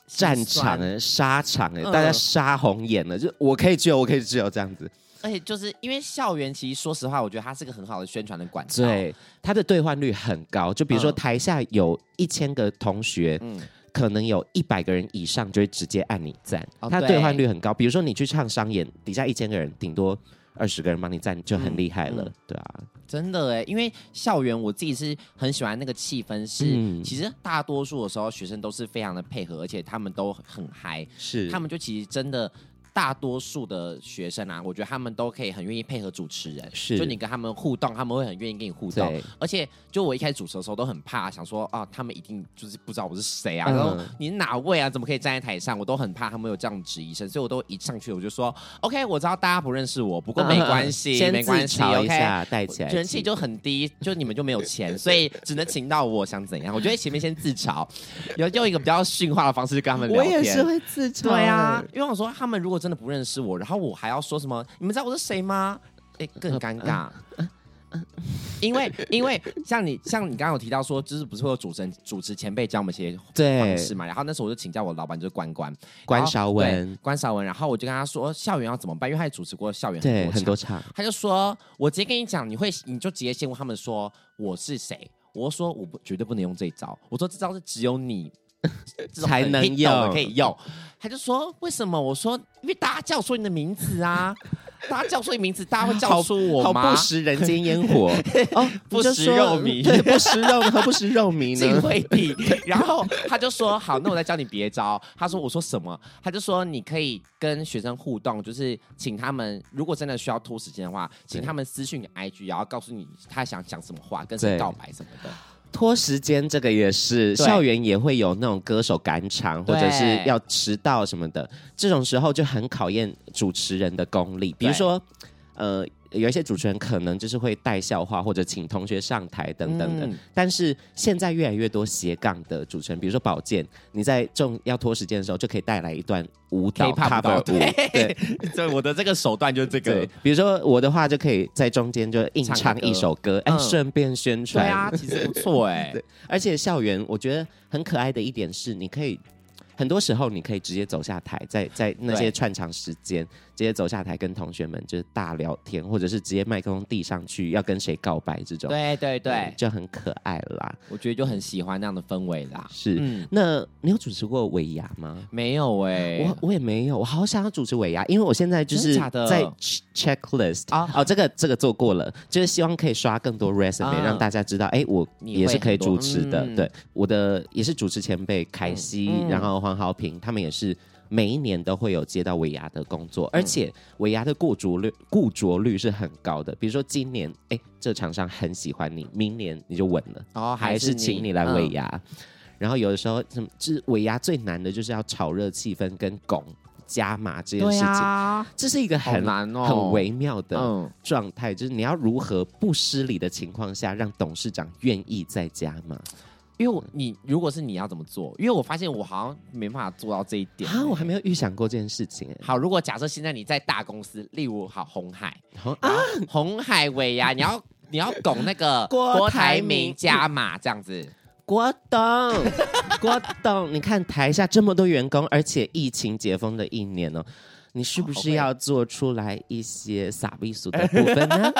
[SPEAKER 1] 战
[SPEAKER 4] 心酸
[SPEAKER 1] 场哎、沙场哎、
[SPEAKER 4] 嗯
[SPEAKER 1] 大家杀红眼了，就是我可以救，我可以救这样子。
[SPEAKER 4] 而且就是因为校园，其实说实话，我觉得它是个很好的宣传的管道。，
[SPEAKER 1] 对，他的兑换率很高，就比如说
[SPEAKER 4] 嗯
[SPEAKER 1] 台下有一千个同学，
[SPEAKER 4] 嗯，
[SPEAKER 1] 可能有一百个人以上就会直接按你赞，
[SPEAKER 4] 哦
[SPEAKER 1] 它
[SPEAKER 4] 对
[SPEAKER 1] 兑换率很高。比如说你去唱商演，底下一千个人，顶多二十个人帮你赞，就很厉害了，
[SPEAKER 4] 嗯嗯
[SPEAKER 1] 对啊。
[SPEAKER 4] 真的哎，因为校园我自己是很喜欢那个气氛是，
[SPEAKER 1] 嗯
[SPEAKER 4] 其实大多数的时候学生都是非常的配合，而且他们都很嗨，
[SPEAKER 1] 是
[SPEAKER 4] 他们就其实真的。大多数的学生啊，我觉得他们都可以很愿意配合主持人，
[SPEAKER 1] 是
[SPEAKER 4] 就你跟他们互动，他们会很愿意跟你互动。
[SPEAKER 1] 对，
[SPEAKER 4] 而且，就我一开始主持的时候都很怕，想说啊，他们一定就是不知道我是谁啊，
[SPEAKER 1] 嗯
[SPEAKER 4] 然后你是哪位啊，怎么可以站在台上？我都很怕他们有这样的质疑声，所以我都一上去我就说，OK，我知道大家不认识我，不过没关系，
[SPEAKER 1] 嗯 先
[SPEAKER 4] 没
[SPEAKER 1] 自
[SPEAKER 4] 关系
[SPEAKER 1] 嘲一
[SPEAKER 4] ，OK。
[SPEAKER 1] 下，带起来。
[SPEAKER 4] 人气就很低，就你们就没有钱，所以只能请到我，想怎样？我就在前面先自嘲，有用一个比较驯化的方式跟他们聊
[SPEAKER 1] 我
[SPEAKER 4] 天。
[SPEAKER 1] 也是会自嘲，欸
[SPEAKER 4] 对啊，，因为我说他们如果真的不认识我，然后我还要说什么？你们知道我是谁吗？哎、更尴尬。因为因为像你像你刚刚有提到说，就是不是会有主持人主持前辈教我们一些
[SPEAKER 1] 对
[SPEAKER 4] 方，式嘛？然后那时候我就请教我老板，就是关关
[SPEAKER 1] 关韶，
[SPEAKER 4] 然后
[SPEAKER 1] 文
[SPEAKER 4] 对，关韶文。然后我就跟他说校园要怎么办，因为他也主持过校园
[SPEAKER 1] 对，
[SPEAKER 4] 很
[SPEAKER 1] 很多
[SPEAKER 4] 多场。
[SPEAKER 1] 场，
[SPEAKER 4] 他就说，我直接跟你讲，你会你就直接先问他们说我是谁。我说我不绝对不能用这一招，我说这招是只有你 这种
[SPEAKER 1] 才
[SPEAKER 4] 很
[SPEAKER 1] 能
[SPEAKER 4] hit 的
[SPEAKER 1] 用
[SPEAKER 4] 可以用。他就说为什么？我说因为大家叫出你的名字啊，大家叫出你名字，大家会叫出我
[SPEAKER 1] 好
[SPEAKER 4] 吗
[SPEAKER 1] 不？食人间烟火 哦，
[SPEAKER 4] 不
[SPEAKER 1] 你就
[SPEAKER 4] 食
[SPEAKER 1] 说
[SPEAKER 4] 肉糜
[SPEAKER 1] 对，不食肉， 何不食肉糜
[SPEAKER 4] 晋
[SPEAKER 1] 呢？
[SPEAKER 4] 惠帝，然后他就说好，那我再教你别招。他说我说什么？他就说你可以跟学生互动，就是请他们如果真的需要拖时间的话，请他们私讯 IG，然后告诉你他想讲什么话，跟谁
[SPEAKER 1] 对
[SPEAKER 4] 告白什么的。
[SPEAKER 1] 拖时间这个也是，
[SPEAKER 4] 对
[SPEAKER 1] 校园也会有那种歌手赶场或
[SPEAKER 4] 对
[SPEAKER 1] 者是要迟到什么的，这种时候就很考验主持人的功力。比如说，呃，有一些主持人可能就是会带笑话或者请同学上台等等的，
[SPEAKER 4] 嗯
[SPEAKER 1] 但是现在越来越多斜杠的主持人，比如说宝剑，你在重要拖时间的时候就可以带来一段舞蹈
[SPEAKER 4] K-pop 舞
[SPEAKER 1] cover
[SPEAKER 4] 蹈
[SPEAKER 1] 舞，对
[SPEAKER 4] 对，我的这个手段就是这
[SPEAKER 1] 对。比如说我的话，就可以在中间就硬
[SPEAKER 4] 唱
[SPEAKER 1] 唱
[SPEAKER 4] 个歌
[SPEAKER 1] 一首歌，哎，
[SPEAKER 4] 嗯
[SPEAKER 1] 顺便宣
[SPEAKER 4] 对
[SPEAKER 1] 传。
[SPEAKER 4] 啊，其实不错哎、
[SPEAKER 1] 而且校园，我觉得很可爱的一点是，你可以很多时候你可以直接走下台，在在那些
[SPEAKER 4] 对
[SPEAKER 1] 串场时间，直接走下台跟同学们就是大聊天，或者是直接麦克风递上去要跟谁告白这种，
[SPEAKER 4] 对对
[SPEAKER 1] 嗯
[SPEAKER 4] 对，
[SPEAKER 1] 就很可爱啦。
[SPEAKER 4] 我觉得就很喜欢那样的氛围啦。
[SPEAKER 1] 是，
[SPEAKER 4] 嗯，
[SPEAKER 1] 那你有主持过尾牙吗？
[SPEAKER 4] 没有哎、
[SPEAKER 1] 我我也没有，我好想要主持尾牙，因为我现在就是
[SPEAKER 4] 真的假的
[SPEAKER 1] 在 che- checklist
[SPEAKER 4] 啊
[SPEAKER 1] 哦，这个这个做过了，就是希望可以刷更多 resume，、
[SPEAKER 4] 啊
[SPEAKER 1] 让大家知道，哎，我
[SPEAKER 4] 你会
[SPEAKER 1] 也是可以主持的。
[SPEAKER 4] 很多嗯
[SPEAKER 1] 对，我的也是主持前辈凯西，
[SPEAKER 4] 嗯嗯
[SPEAKER 1] 然后黄豪平，他们也是。每一年都会有接到尾牙的工作，
[SPEAKER 4] 嗯
[SPEAKER 1] 而且尾牙的固着率固着率是很高的。比如说今年，哎，这厂商很喜欢你，明年你就稳了。
[SPEAKER 4] 哦，
[SPEAKER 1] 还是请你嗯来
[SPEAKER 4] 嗯
[SPEAKER 1] 尾、牙。然后有的时候，什么就是尾牙最难的就是要炒热气氛跟拱加码这
[SPEAKER 4] 嗯
[SPEAKER 1] 件
[SPEAKER 4] 对
[SPEAKER 1] 事情，
[SPEAKER 4] 啊，
[SPEAKER 1] 这是一个
[SPEAKER 4] 好
[SPEAKER 1] 很、
[SPEAKER 4] 难哦，
[SPEAKER 1] 很微妙的
[SPEAKER 4] 嗯，
[SPEAKER 1] 状态，就是你要如何不失礼的情况下，让董事长愿意再加码
[SPEAKER 4] 因为我你如果是你要怎么做？因为我发现我好像没办法做到这一点欸、
[SPEAKER 1] 啊！我还没有预想过这件事情哎、
[SPEAKER 4] 好，如果假设现在你在大公司，例如好红海，
[SPEAKER 1] 好啊
[SPEAKER 4] 啊，红海尾牙，你要 你要拱那个
[SPEAKER 1] 郭台铭
[SPEAKER 4] 加码这样子，
[SPEAKER 1] 郭董，郭董，你看台下这么多员工，而且疫情解封的一年哦，你是不
[SPEAKER 4] 好好
[SPEAKER 1] 是
[SPEAKER 4] 会
[SPEAKER 1] 要做出来一些傻逼俗的部分 呢？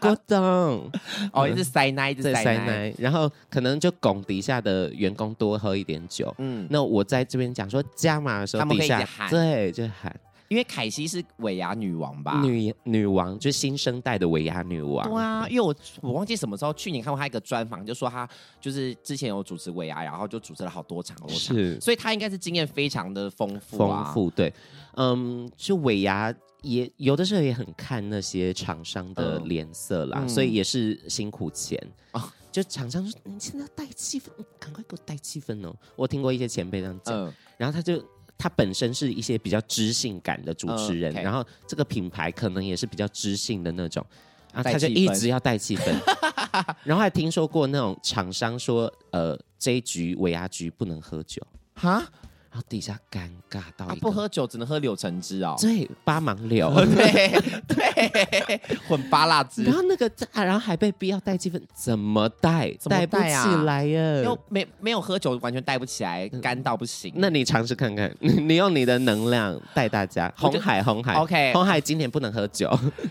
[SPEAKER 1] 郭董，
[SPEAKER 4] 哦，一直塞奶，一直
[SPEAKER 1] 再
[SPEAKER 4] 塞
[SPEAKER 1] 塞
[SPEAKER 4] 奶，
[SPEAKER 1] 奶，然后可能就拱底下的员工多喝一点酒。
[SPEAKER 4] 嗯，
[SPEAKER 1] 那我在这边讲说加码的时候，
[SPEAKER 4] 他们
[SPEAKER 1] 底
[SPEAKER 4] 可以一直
[SPEAKER 1] 下
[SPEAKER 4] 喊
[SPEAKER 1] 对就喊
[SPEAKER 4] 因为凯西是尾牙女王吧？
[SPEAKER 1] 女女王，就是新生代的维亚女王。
[SPEAKER 4] 对啊，因为我我忘记什么时候去年看过她一个专访，就说她就是之前有主持尾牙，然后就主持了好多场，好多场，
[SPEAKER 1] 是
[SPEAKER 4] 所以她应该是经验非常的丰富、
[SPEAKER 1] 丰
[SPEAKER 4] 啊，。
[SPEAKER 1] 富，对，嗯，就尾牙也有的时候也很看那些厂商的
[SPEAKER 4] 嗯
[SPEAKER 1] 脸色啦，
[SPEAKER 4] 嗯
[SPEAKER 1] 所以也是辛苦钱
[SPEAKER 4] 哦
[SPEAKER 1] 啊。就厂商说：“你现在要带气氛，你赶快给我带气氛哦！”我听过一些前辈这样讲，
[SPEAKER 4] 嗯，
[SPEAKER 1] 然后他就他本身是一些比较知性感的主持人，
[SPEAKER 4] 嗯，OK
[SPEAKER 1] 然后这个品牌可能也是比较知性的那种，然后
[SPEAKER 4] 带
[SPEAKER 1] 他就
[SPEAKER 4] 气
[SPEAKER 1] 一
[SPEAKER 4] 氛
[SPEAKER 1] 直要带气氛， 然后还听说过那种厂商说，呃，这一局尾牙局不能喝酒，
[SPEAKER 4] 哈，
[SPEAKER 1] 然后底下尴尬到
[SPEAKER 4] 啊
[SPEAKER 1] 一个、
[SPEAKER 4] 不喝酒只能喝柳橙汁哦。
[SPEAKER 1] 对，八芒柳
[SPEAKER 4] ，对对，混八辣汁
[SPEAKER 1] 然，后那个啊，然后还被逼要带气氛，怎么带？
[SPEAKER 4] 怎么
[SPEAKER 1] 不
[SPEAKER 4] 带啊
[SPEAKER 1] 起来耶。
[SPEAKER 4] 又没没有喝酒，完全带不起来，干到不行。
[SPEAKER 1] 那你尝试看看， 你用你的能量带大家。
[SPEAKER 4] 我
[SPEAKER 1] 红
[SPEAKER 4] 就
[SPEAKER 1] 海，红海
[SPEAKER 4] OK
[SPEAKER 1] 红海今年不能喝酒，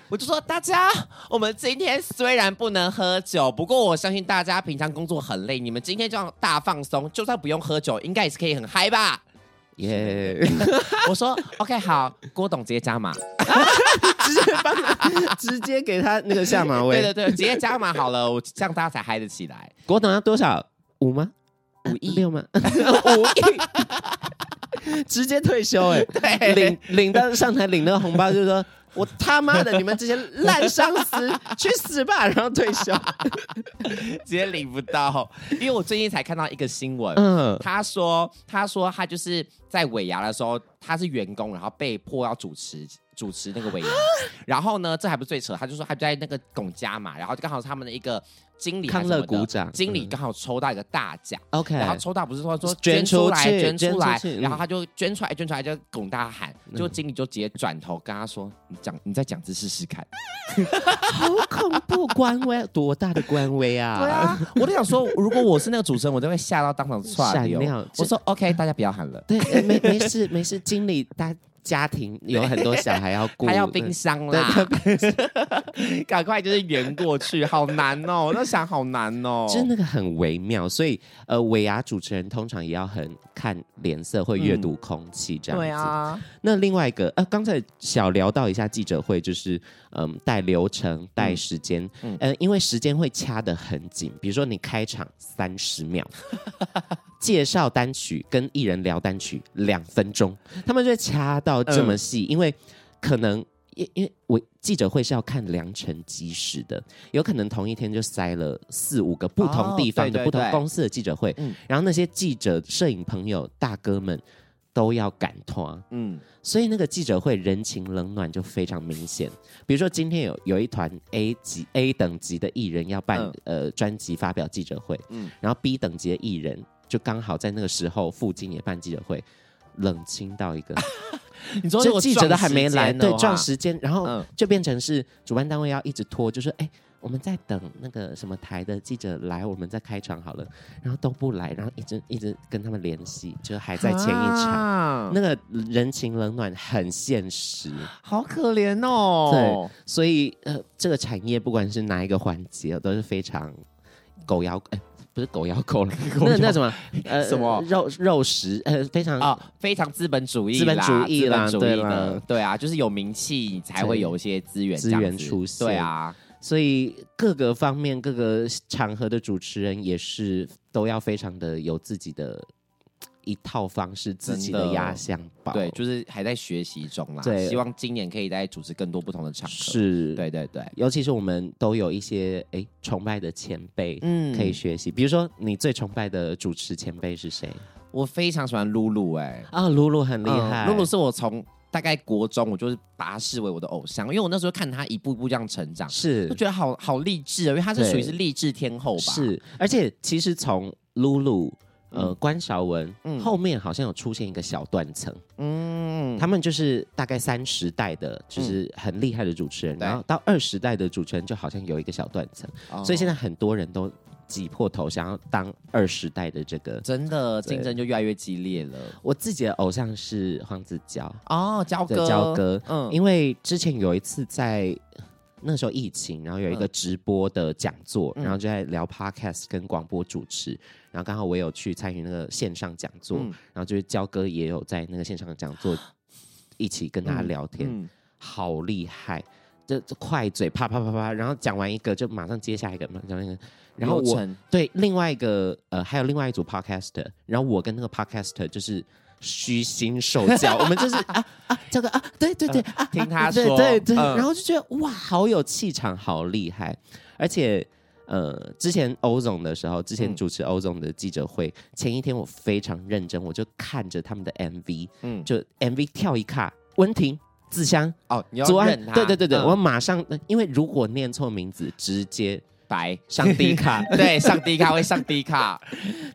[SPEAKER 4] 我就说大家，我们今天虽然不能喝酒，不过我相信大家平常工作很累，你们今天这样大放松，就算不用喝酒，应该也是可以很嗨 吧？
[SPEAKER 1] 耶、
[SPEAKER 4] 我说 OK，好，郭董直接加码，
[SPEAKER 1] 直接帮他，直接给他那个下马威。
[SPEAKER 4] 对对对，直接加码好了，我这样大家才嗨得起来。
[SPEAKER 1] 国董要多少？五吗？
[SPEAKER 4] 五亿
[SPEAKER 1] 六 吗？五亿，直接退休 哎、
[SPEAKER 4] 对
[SPEAKER 1] 领领到上台领那个红包，就说我他妈的你们这些烂伤死，去死吧！然后退休。
[SPEAKER 4] 直接领不到，因为我最近才看到一个新闻，
[SPEAKER 1] 嗯，
[SPEAKER 4] 他说，他说他就是在尾牙的时候，他是员工，然后被迫要主持主持那个尾牙，然后呢，这还不是最扯，他就说他就在那个龚家嘛，然后就刚好是他们的一个经理还是什么的
[SPEAKER 1] 康乐股长
[SPEAKER 4] 经理刚好抽到一个大奖，
[SPEAKER 1] OK，
[SPEAKER 4] 然后抽到不是说说
[SPEAKER 1] 捐
[SPEAKER 4] 捐出来
[SPEAKER 1] 出去嗯哎
[SPEAKER 4] 捐
[SPEAKER 1] 捐
[SPEAKER 4] 出来
[SPEAKER 1] 出去，嗯
[SPEAKER 4] 然后他就捐出来捐出来就拱大家喊，就经理就直接转头跟他说，你讲你再讲次试试看，
[SPEAKER 1] 好恐怖，官威啊多大的官威啊！
[SPEAKER 4] 对啊， 我就想说，如果我是那个主持人，我都会吓到当场
[SPEAKER 1] 闪
[SPEAKER 4] 窜流
[SPEAKER 1] 尿，
[SPEAKER 4] 我说 OK，大家不要喊了。
[SPEAKER 1] 对，呃没没事没事，经理大家庭有很多小孩要 顾，
[SPEAKER 4] 还要冰箱啦，赶快就是圆过去，好难哦！我在想，好难 哦。
[SPEAKER 1] 就是那个很微妙，所以呃，尾牙主持人通常也要很看脸色，会阅读空气这样子。
[SPEAKER 4] 嗯对啊，
[SPEAKER 1] 那另外一个呃，刚才小聊到一下记者会，就是嗯，带流程、带时间，嗯
[SPEAKER 4] 嗯、
[SPEAKER 1] 呃，因为时间会掐得很紧，比如说你开场三十 秒。介绍单曲跟艺人聊单曲两分钟，他们就会掐到这
[SPEAKER 4] 嗯
[SPEAKER 1] 么细，因为可能因因为我记者会是要看良辰吉时的，有可能同一天就塞了四五个不同
[SPEAKER 4] 哦
[SPEAKER 1] 地方
[SPEAKER 4] 对
[SPEAKER 1] 的、
[SPEAKER 4] 对
[SPEAKER 1] 不同
[SPEAKER 4] 对
[SPEAKER 1] 公司的记者会，
[SPEAKER 4] 嗯
[SPEAKER 1] 然后那些记者、摄影朋友、大哥们都要赶拖，
[SPEAKER 4] 嗯，
[SPEAKER 1] 所以那个记者会人情冷暖就非常明显。比如说今天有有一团 A 级 A 等级的艺人要办、
[SPEAKER 4] 嗯
[SPEAKER 1] 呃专辑发表记者会，
[SPEAKER 4] 嗯
[SPEAKER 1] 然后 B 等级的艺人就刚好在那个时候附近也办记者会。冷清到一个，
[SPEAKER 4] 啊你说
[SPEAKER 1] 就记者都还没来，对，撞
[SPEAKER 4] 时，
[SPEAKER 1] 时间，然后
[SPEAKER 4] 嗯
[SPEAKER 1] 就变成是主办单位要一直拖，就说，哎、我们在等那个什么台的记者来，我们再开场好了，然后都不来，然后一直一直跟他们联系，就还在前一场，
[SPEAKER 4] 场，
[SPEAKER 1] 那个人情冷暖很现实，
[SPEAKER 4] 好可怜哦。
[SPEAKER 1] 所以呃，这个产业不管是哪一个环节，都是非常狗咬，哎、不是狗咬狗了， 那 那什么呃
[SPEAKER 4] 什么
[SPEAKER 1] 肉肉食，呃，非常
[SPEAKER 4] 啊、非常资本主义啦，
[SPEAKER 1] 资本主义啦
[SPEAKER 4] 资本主义
[SPEAKER 1] 对
[SPEAKER 4] 的
[SPEAKER 1] 啦，
[SPEAKER 4] 对啊，就是有名气才会有一些资源
[SPEAKER 1] 资
[SPEAKER 4] 这样子，
[SPEAKER 1] 源出现
[SPEAKER 4] 对啊，
[SPEAKER 1] 所以各个方面、各个场合的主持人也是都要非常的有自己的一套方式，自己的
[SPEAKER 4] 真的
[SPEAKER 1] 压箱宝，
[SPEAKER 4] 对，就是还在学习中啦。
[SPEAKER 1] 哦对
[SPEAKER 4] 希望今年可以再主持更多不同的场合。，
[SPEAKER 1] 是，
[SPEAKER 4] 对对对，
[SPEAKER 1] 尤其是我们都有一些哎崇拜的前辈，
[SPEAKER 4] 嗯
[SPEAKER 1] 可以学习。比如说，你最崇拜的主持前辈是谁？
[SPEAKER 4] 我非常喜欢露露、哎，
[SPEAKER 1] 啊，露露很厉害，
[SPEAKER 4] 嗯露露是我从大概国中，我就是把她视为我的偶像，因为我那时候看她一步一步这样成长，就是觉得好好励志哦，因为她是
[SPEAKER 1] 对
[SPEAKER 4] 属于是励志天后吧。，
[SPEAKER 1] 是，而且其实从露露。呃，关韶文、
[SPEAKER 4] 嗯
[SPEAKER 1] 后面好像有出现一个小断层，
[SPEAKER 4] 嗯，
[SPEAKER 1] 他们就是大概三十代的，就是很厉害的主持人，
[SPEAKER 4] 对
[SPEAKER 1] 然后到二十代的主持人就好像有一个小断层，
[SPEAKER 4] 哦
[SPEAKER 1] 所以现在很多人都挤破头想要当二十代的这个。
[SPEAKER 4] 真的
[SPEAKER 1] 对
[SPEAKER 4] 竞争就越来越激烈了。
[SPEAKER 1] 我自己的偶像是黄子佼，
[SPEAKER 4] 哦，焦
[SPEAKER 1] 对
[SPEAKER 4] 哥，
[SPEAKER 1] 焦哥
[SPEAKER 4] 嗯，
[SPEAKER 1] 因为之前有一次在那时候疫情，然后有一个直播的讲座，
[SPEAKER 4] 嗯
[SPEAKER 1] 然后就在聊 podcast 跟广播主持，然后刚好我有去参与那个线上讲座，
[SPEAKER 4] 嗯
[SPEAKER 1] 然后就是焦哥也有在那个线上讲 座一起跟大家聊天，
[SPEAKER 4] 嗯
[SPEAKER 1] 好厉害。这这快嘴啪啪啪啪，然后讲完一个就马上接下一个，马上讲一个，然后
[SPEAKER 4] 流
[SPEAKER 1] 我
[SPEAKER 4] 程
[SPEAKER 1] 对另外一个呃还有另外一组 podcaster，然后我跟那个 podcaster 就是虚心受 教，我们就是啊啊这个啊对对对、啊
[SPEAKER 4] 听他
[SPEAKER 1] 啊对
[SPEAKER 4] 说
[SPEAKER 1] 对对，
[SPEAKER 4] 嗯
[SPEAKER 1] 然后就觉得哇好有气场，好厉害，而且。呃，之前欧总的时候，之前
[SPEAKER 4] 嗯
[SPEAKER 1] 主持欧总的记者会，前一天我非常认真，我就看着他们的 MV，
[SPEAKER 4] 嗯，
[SPEAKER 1] 就 MV 跳一卡，温婷、志香、
[SPEAKER 4] 哦，你要
[SPEAKER 1] 左岸
[SPEAKER 4] 认，他，
[SPEAKER 1] 对对对对，
[SPEAKER 4] 嗯
[SPEAKER 1] 我马上，因为如果念错名字，直接
[SPEAKER 4] 白。
[SPEAKER 1] 上低 卡
[SPEAKER 4] 对上低卡会上低卡，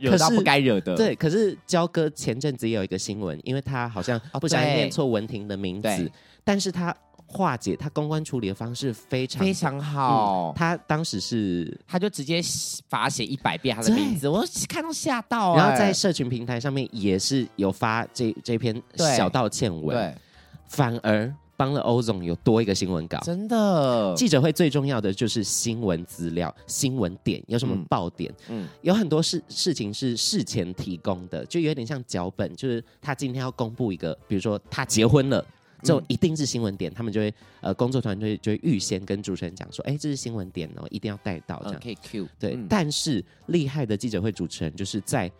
[SPEAKER 4] 惹到
[SPEAKER 1] 可是
[SPEAKER 4] 不该惹的，
[SPEAKER 1] 对，可是焦哥前阵子也有一个新闻，因为他好像
[SPEAKER 4] 哦
[SPEAKER 1] 不小心
[SPEAKER 4] 对
[SPEAKER 1] 念错文婷的名字，
[SPEAKER 4] 对
[SPEAKER 1] 但是他化解他公关处理的方式非常
[SPEAKER 4] 非常好。他
[SPEAKER 1] 他当时是，
[SPEAKER 4] 他就直接罚写一百遍他的
[SPEAKER 1] 对
[SPEAKER 4] 名字，我看到吓到、
[SPEAKER 1] 然后
[SPEAKER 4] 哎
[SPEAKER 1] 在社群平台上面也是有发这这篇
[SPEAKER 4] 对
[SPEAKER 1] 小道歉文，
[SPEAKER 4] 对，
[SPEAKER 1] 反而帮了欧总有多一个新闻稿。
[SPEAKER 4] 真的，
[SPEAKER 1] 记者会最重要的就是新闻资料、新闻点有什么爆点，
[SPEAKER 4] 嗯，
[SPEAKER 1] 有很多事事情是事前提供的，就有点像脚本，就是他今天要公布一个，比如说他结婚了。这种一定是新
[SPEAKER 4] 嗯
[SPEAKER 1] 闻点，他们就会呃，工作团队就会预先跟主持人讲说，哎、这是新闻点哦，一定要带到这
[SPEAKER 4] 嗯
[SPEAKER 1] 样。
[SPEAKER 4] 可以 Q
[SPEAKER 1] 对，
[SPEAKER 4] 嗯
[SPEAKER 1] 但是厉害的记者会主持人就是在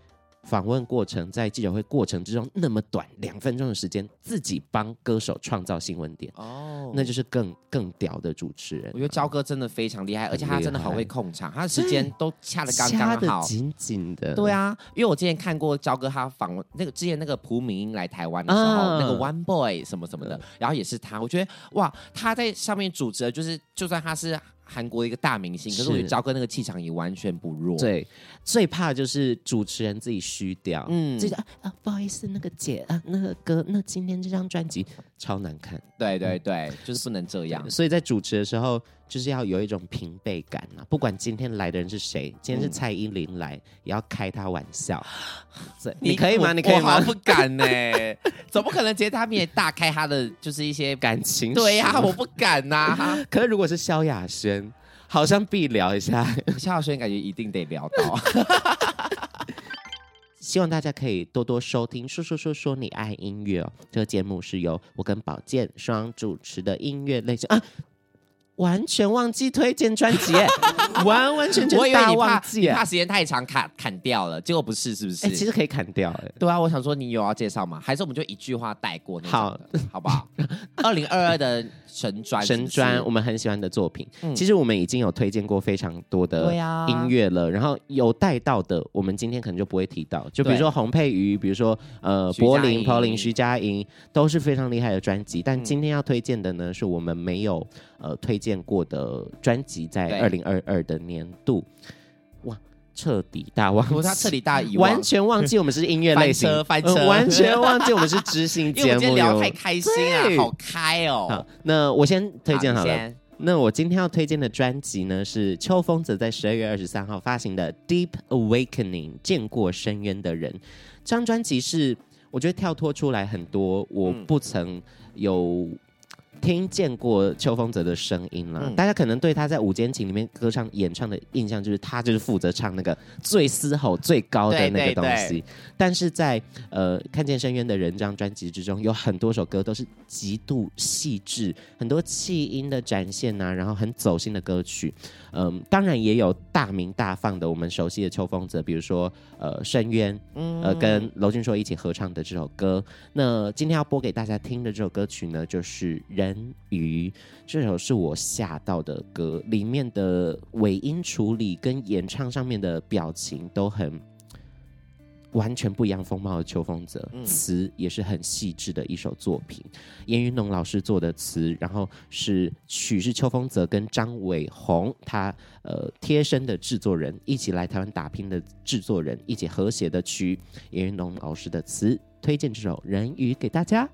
[SPEAKER 1] 访问过程，在记者会过程之中那么短两分钟的时间，自己帮歌手创造新闻点，
[SPEAKER 4] 哦
[SPEAKER 1] 那就是更更屌的主持人。
[SPEAKER 4] 我觉得焦哥真的非常厉害，而且他真的很会控场，他的时间都掐的刚
[SPEAKER 1] 掐
[SPEAKER 4] 刚
[SPEAKER 1] 的
[SPEAKER 4] 好。
[SPEAKER 1] 紧紧的，
[SPEAKER 4] 对，啊，因为我之前看过焦哥他访问那个之前那个蒲明英来台湾的时候，
[SPEAKER 1] 嗯
[SPEAKER 4] 那个 One Boy 什么什么的，然后也是他，我觉得哇，他在上面主持的，就是就算他是韩国的一个大明星，可是
[SPEAKER 1] 是
[SPEAKER 4] 我觉得焦哥那个气场也完全不弱。，
[SPEAKER 1] 对，最怕就是主持人自己虚掉，
[SPEAKER 4] 嗯
[SPEAKER 1] 嗯，自己说啊啊，不好意思，那个姐啊，那个哥，那今天这张专辑超难看，
[SPEAKER 4] 对
[SPEAKER 1] 嗯
[SPEAKER 4] 对对，就是不能这样。
[SPEAKER 1] 所以在主持的时候就是要有一种平辈感啊，不管今天来的人是谁，今
[SPEAKER 4] 嗯
[SPEAKER 1] 天是蔡依林来，也要开她玩笑，对你可以
[SPEAKER 4] 啊我
[SPEAKER 1] 吗？你可以
[SPEAKER 4] 我好
[SPEAKER 1] 吗？
[SPEAKER 4] 不敢呢、 怎么可能直接在他面前大开他的就是一些？
[SPEAKER 1] 感情
[SPEAKER 4] 对呀、
[SPEAKER 1] 史
[SPEAKER 4] 我不敢呐、
[SPEAKER 1] 可是如果是萧亚轩，好像必聊一下。
[SPEAKER 4] 萧亚轩感觉一定得哦聊 到，
[SPEAKER 1] 希望大家可以多多收听《说说说说你爱音乐》哦。这个节目是由我跟宝健双主持的音乐类型啊，完全忘记推荐专辑耶， 完完全
[SPEAKER 4] 我
[SPEAKER 1] 全
[SPEAKER 4] 以为
[SPEAKER 1] 大
[SPEAKER 4] 你怕
[SPEAKER 1] 忘记
[SPEAKER 4] 你
[SPEAKER 1] 耶。
[SPEAKER 4] 怕时间太长砍砍掉了，结果不是，是不是？
[SPEAKER 1] 哎、其实可以砍掉哎。
[SPEAKER 4] 对啊，我想说你有要介绍吗？还是我们就一句话带过那
[SPEAKER 1] 好
[SPEAKER 4] 种的，好不 好？二零二二的神专，
[SPEAKER 1] 神专，
[SPEAKER 4] 是不
[SPEAKER 1] 我
[SPEAKER 4] 是
[SPEAKER 1] 们很喜欢的作品。
[SPEAKER 4] 嗯
[SPEAKER 1] 其实我们已经有推荐过非常多的
[SPEAKER 4] 对啊
[SPEAKER 1] 音乐了，然后有带到的，我们今天可能就不会提到。就比如
[SPEAKER 4] 对
[SPEAKER 1] 说洪佩瑜，比如说呃
[SPEAKER 4] 徐佳
[SPEAKER 1] 柏林、
[SPEAKER 4] 莹
[SPEAKER 1] Pauline、徐佳莹，都是非常厉害的专辑。但
[SPEAKER 4] 嗯
[SPEAKER 1] 今天要推荐的呢，是我们没有呃推荐过的专辑，在二
[SPEAKER 4] 对
[SPEAKER 1] 零二二的年度，哇，彻底大忘
[SPEAKER 4] 不
[SPEAKER 1] 记，
[SPEAKER 4] 是他彻底大遗忘，
[SPEAKER 1] 完全忘记我们是音乐类型，
[SPEAKER 4] 翻车翻车
[SPEAKER 1] 呃完全忘记我们是知性
[SPEAKER 4] 因为
[SPEAKER 1] 节
[SPEAKER 4] 我们今天
[SPEAKER 1] 目
[SPEAKER 4] 聊得
[SPEAKER 1] 哟
[SPEAKER 4] 太。开心啊，
[SPEAKER 1] 对
[SPEAKER 4] 好开哦
[SPEAKER 1] 好。，那我先推荐好
[SPEAKER 4] 你
[SPEAKER 1] 了。
[SPEAKER 4] 先
[SPEAKER 1] 那我今天要推荐的专辑呢，是秋风则在十二月二十三号发行的《Deep Awakening》，见过深渊的人。这张专辑是我觉得跳脱出来很多我
[SPEAKER 4] 嗯
[SPEAKER 1] 不曾有听见过秋风泽的声音了。
[SPEAKER 4] 嗯
[SPEAKER 1] 大家可能对他在《午间情》里面歌唱演唱的印象，就是他就是负责唱那个最嘶吼最高的
[SPEAKER 4] 对
[SPEAKER 1] 那个
[SPEAKER 4] 对
[SPEAKER 1] 东
[SPEAKER 4] 对
[SPEAKER 1] 西。但是在呃《看见深渊的人》这张专辑之中，有很多首歌都是极度细致，很多气音的展现呐、然后很走心的歌曲。嗯，当然也有大名大放的我们熟悉的秋风泽，比如说呃《深渊》，
[SPEAKER 4] 嗯
[SPEAKER 1] 呃，跟娄俊硕一起合唱的这首歌。那今天要播给大家听的这首歌曲呢，就是《人鱼》。这首是我吓到的歌，里面的尾音处理跟演唱上面的表情都很完全不一样风貌的秋风泽，
[SPEAKER 4] 嗯
[SPEAKER 1] 词也是很细致的一首作品。严云农老师做的词，然后是曲是秋风泽跟张伟宏他呃贴身的制作人一起来台湾打拼的制作人一起合写的曲，严云农老师的词，推荐这首《人鱼》给大家。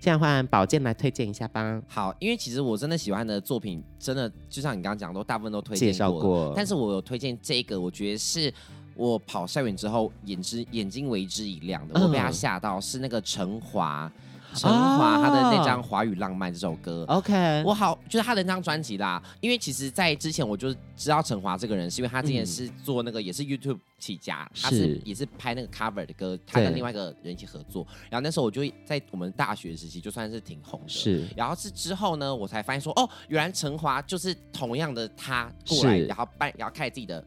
[SPEAKER 1] 现在换宝剑来推荐一下吧，
[SPEAKER 4] 好，因为其实我真的喜欢的作品，真的就像你刚刚讲的，都大部分都推荐
[SPEAKER 1] 介绍
[SPEAKER 4] 了
[SPEAKER 1] 过，
[SPEAKER 4] 但是我有推荐这个，我觉得是我跑校园之后眼之眼睛为之一亮的，
[SPEAKER 1] 嗯啊
[SPEAKER 4] 我被他吓到，是那个陈华，陈华他的那张《华语浪漫》这首
[SPEAKER 1] 哦
[SPEAKER 4] 歌。
[SPEAKER 1] OK，
[SPEAKER 4] 我好，就是他的那张专辑啦，因为其实，在之前我就知道陈华这个人，是因为他之前
[SPEAKER 1] 嗯
[SPEAKER 4] 是做那个、也是 YouTube 起家，他
[SPEAKER 1] 是
[SPEAKER 4] 是也是拍那个 cover 的歌，他跟
[SPEAKER 1] 对
[SPEAKER 4] 另外一个人一起合作，然后那时候我就在我们大学时期就算是挺红的，
[SPEAKER 1] 是
[SPEAKER 4] 然后是之后呢，我才发现说，哦，原来陈华就是同样的他过来，
[SPEAKER 1] 是
[SPEAKER 4] 然后办，然后开自己的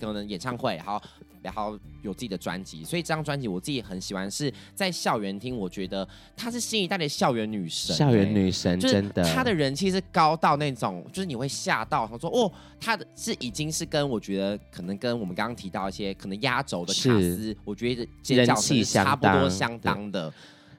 [SPEAKER 4] 可能演唱会，然后然后有自己的专辑，所以这张专辑我自己很喜欢，是在校园听，我觉得她是新一代的校园女神、
[SPEAKER 1] 校园
[SPEAKER 4] 欸。
[SPEAKER 1] 女神，
[SPEAKER 4] 就是
[SPEAKER 1] 真的，
[SPEAKER 4] 她的人气是高到那种，就是你会吓到，他说哦，她的是已经是跟我觉得可能跟我们刚刚提到一些可能压轴的卡
[SPEAKER 1] 是
[SPEAKER 4] 斯，我觉得尖叫声
[SPEAKER 1] 人气
[SPEAKER 4] 是差不多
[SPEAKER 1] 相
[SPEAKER 4] 相
[SPEAKER 1] 当
[SPEAKER 4] 当的，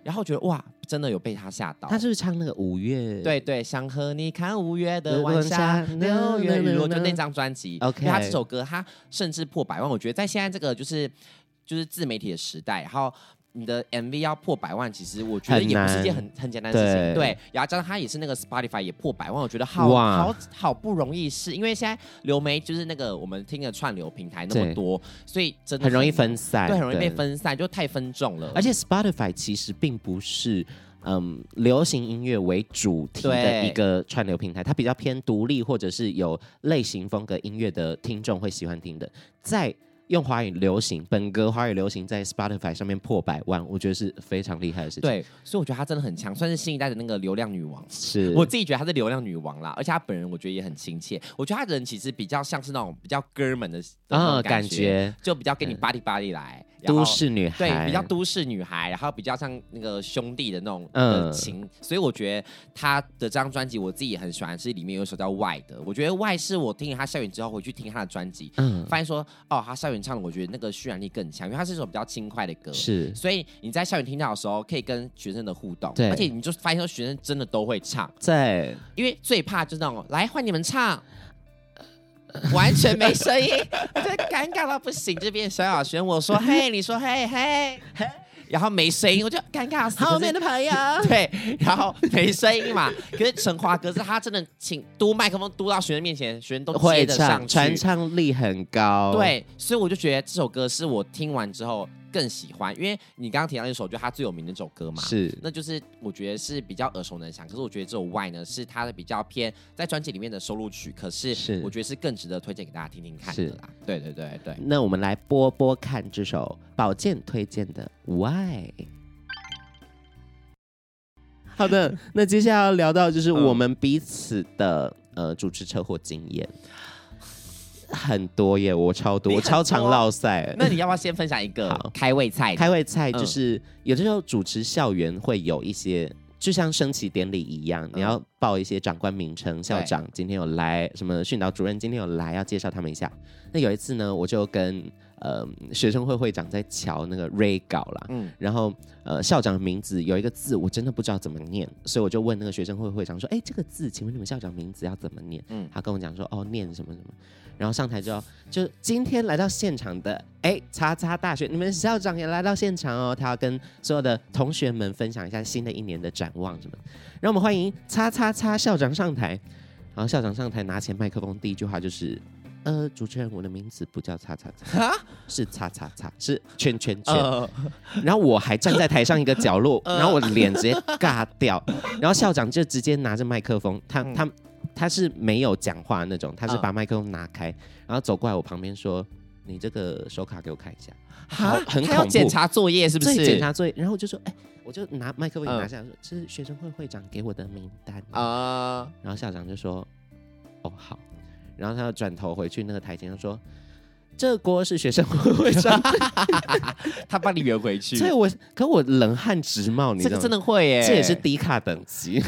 [SPEAKER 4] 然后觉得哇，真的有被她吓到。
[SPEAKER 1] 她是不是唱那个五月？
[SPEAKER 4] 对对，想和你看五月的
[SPEAKER 1] 的
[SPEAKER 4] 晚
[SPEAKER 1] 晚
[SPEAKER 4] 霞
[SPEAKER 1] 霞，
[SPEAKER 4] 六月
[SPEAKER 1] 呢
[SPEAKER 4] 雨
[SPEAKER 1] 呢
[SPEAKER 4] 落，
[SPEAKER 1] 呢
[SPEAKER 4] 就那张专辑。
[SPEAKER 1] OK
[SPEAKER 4] 因为他这首歌他甚至破百万，我觉得在现在这个就是就是自媒体的时代，然后。你的 MV 要破百万，其实我觉得也不是一件很很简单的
[SPEAKER 1] 对
[SPEAKER 4] 事情。对，然后加上他也是那个 Spotify 也破百万，我觉得好
[SPEAKER 1] 哇
[SPEAKER 4] 好好不容易是，因为现在流媒就是那个我们听的串流平台那
[SPEAKER 1] 对
[SPEAKER 4] 么多，所以真的
[SPEAKER 1] 很容易分散，
[SPEAKER 4] 对，很容易被分散，就太分众了。
[SPEAKER 1] 而且 Spotify 其实并不是嗯流行音乐为主题的
[SPEAKER 4] 对
[SPEAKER 1] 一个串流平台，它比较偏独立或者是有类型风格音乐的听众会喜欢听的。在用华语流行，本格华语流行在 Spotify 上面破百万，我觉得是非常厉害的事情。，
[SPEAKER 4] 对，所以我觉得她真的很强，算是新一代的那个流量女王。
[SPEAKER 1] 是
[SPEAKER 4] 我自己觉得她是流量女王啦，而且她本人我觉得也很亲切。我觉得她人其实比较像是那种比较哥们的的那
[SPEAKER 1] 啊、
[SPEAKER 4] 种
[SPEAKER 1] 感
[SPEAKER 4] 感觉，
[SPEAKER 1] 觉嗯
[SPEAKER 4] 就比较跟你巴 o 巴 y 来，然后
[SPEAKER 1] 都市女孩
[SPEAKER 4] 对比较都市女孩，然后比较像那个兄弟的那种
[SPEAKER 1] 嗯
[SPEAKER 4] 的情，所以我觉得她的这张专辑我自己也很喜欢，是里面有一首叫《外》的。我觉得《外》是我听了她校园之后回去听她的专辑，
[SPEAKER 1] 嗯
[SPEAKER 4] 发现说哦，她校园唱的我觉得那个渲染力更强，因为它是一首比较轻快的歌，
[SPEAKER 1] 是
[SPEAKER 4] 所以你在校园听到的时候，可以跟学生的互动，
[SPEAKER 1] 对
[SPEAKER 4] 而且你就发现说学生真的都会唱，
[SPEAKER 1] 在
[SPEAKER 4] 因为最怕就是那种来换你们唱。 完全没声音， 我就尴尬到不行。这边小小轩，我说嘿，你说嘿嘿嘿，然后没声音，我就尴尬死。
[SPEAKER 1] 后面的
[SPEAKER 4] 可是对，然后没声音嘛。 可是陈华哥是他真的请嘟麦克风嘟到学生面前，学生都接
[SPEAKER 1] 会
[SPEAKER 4] 得
[SPEAKER 1] 唱，
[SPEAKER 4] 上去
[SPEAKER 1] 传唱力很高。，
[SPEAKER 4] 对，所以我就觉得这首歌是我听完之后更喜欢，因为你刚刚提到一首，就他最有名的一首歌嘛，
[SPEAKER 1] 是
[SPEAKER 4] 那就是我觉得是比较耳熟能详。可是我觉得这首《Y》呢，是他的比较偏在专辑里面的收录曲，可
[SPEAKER 1] 是
[SPEAKER 4] 是我觉得是更值得推荐给大家听听看的啦。对对对对，
[SPEAKER 1] 那我们来播播看这首宝剑推荐的《Why》。好的，那接下来要聊到就是我们彼此的、呃主持车祸经验，很多耶，我超 多，
[SPEAKER 4] 你
[SPEAKER 1] 我
[SPEAKER 4] 很多
[SPEAKER 1] 超常落赛。
[SPEAKER 4] 那你要不要先分享一个
[SPEAKER 1] 好
[SPEAKER 4] 开胃菜？
[SPEAKER 1] 开胃菜就
[SPEAKER 4] 嗯
[SPEAKER 1] 是、有的时候主持校园会有一些。就像升旗典礼一样，你要报一些长官名称，校
[SPEAKER 4] 对
[SPEAKER 1] 长今天有来，什么训导主任今天有来，要介绍他们一下。那有一次呢，我就跟呃学生会会长在瞧那个 Ray 稿啦，
[SPEAKER 4] 嗯，
[SPEAKER 1] 然后呃校长的名字有一个字我真的不知道怎么念，所以我就问那个学生会会长说：“哎，这个字，请问你们校长名字要怎么念？”嗯
[SPEAKER 4] 嗯，
[SPEAKER 1] 他跟我讲说：“哦，念什么什么。”然后上台之后，就今天来到现场的哎叉叉大学，你们校长也来到现场哦，他要跟所有的同学们分享一下新的一年的展望什么的。让我们欢迎叉叉叉校长上台。然后校长上台拿起麦克风，第一句话就是：“呃，主持人，我的名字不叫叉叉叉，是叉叉叉，是圈圈圈。
[SPEAKER 4] 呃，
[SPEAKER 1] 然后我还站在台上一个角落，
[SPEAKER 4] 嗯
[SPEAKER 1] 然后我脸直接尬掉，然后校长就直接拿着麦克风，他他他是没有讲话那种，他是
[SPEAKER 4] 嗯
[SPEAKER 1] 把麦克风拿开，然后走过来我旁边说：“你这个手卡给我看一下。”好
[SPEAKER 4] 哈
[SPEAKER 1] 很
[SPEAKER 4] 他要
[SPEAKER 1] 恐
[SPEAKER 4] 检
[SPEAKER 1] 怖
[SPEAKER 4] 查作业是不
[SPEAKER 1] 这
[SPEAKER 4] 是？
[SPEAKER 1] 一检查作业，然后我就说：“哎，我就拿麦克风
[SPEAKER 4] 嗯
[SPEAKER 1] 拿下来说，这是学生会会长给我的名单啊。”
[SPEAKER 4] 啊，
[SPEAKER 1] 然后校长就说：“哦，好。”然后他就转头回去那个台前就说：“这锅是学生会 会长。
[SPEAKER 4] 他帮你圆回”去。
[SPEAKER 1] 所以我可我冷汗直冒，你知道
[SPEAKER 4] 这个
[SPEAKER 1] 吗？
[SPEAKER 4] 真的会耶，
[SPEAKER 1] 这也是低卡等级，
[SPEAKER 4] 哎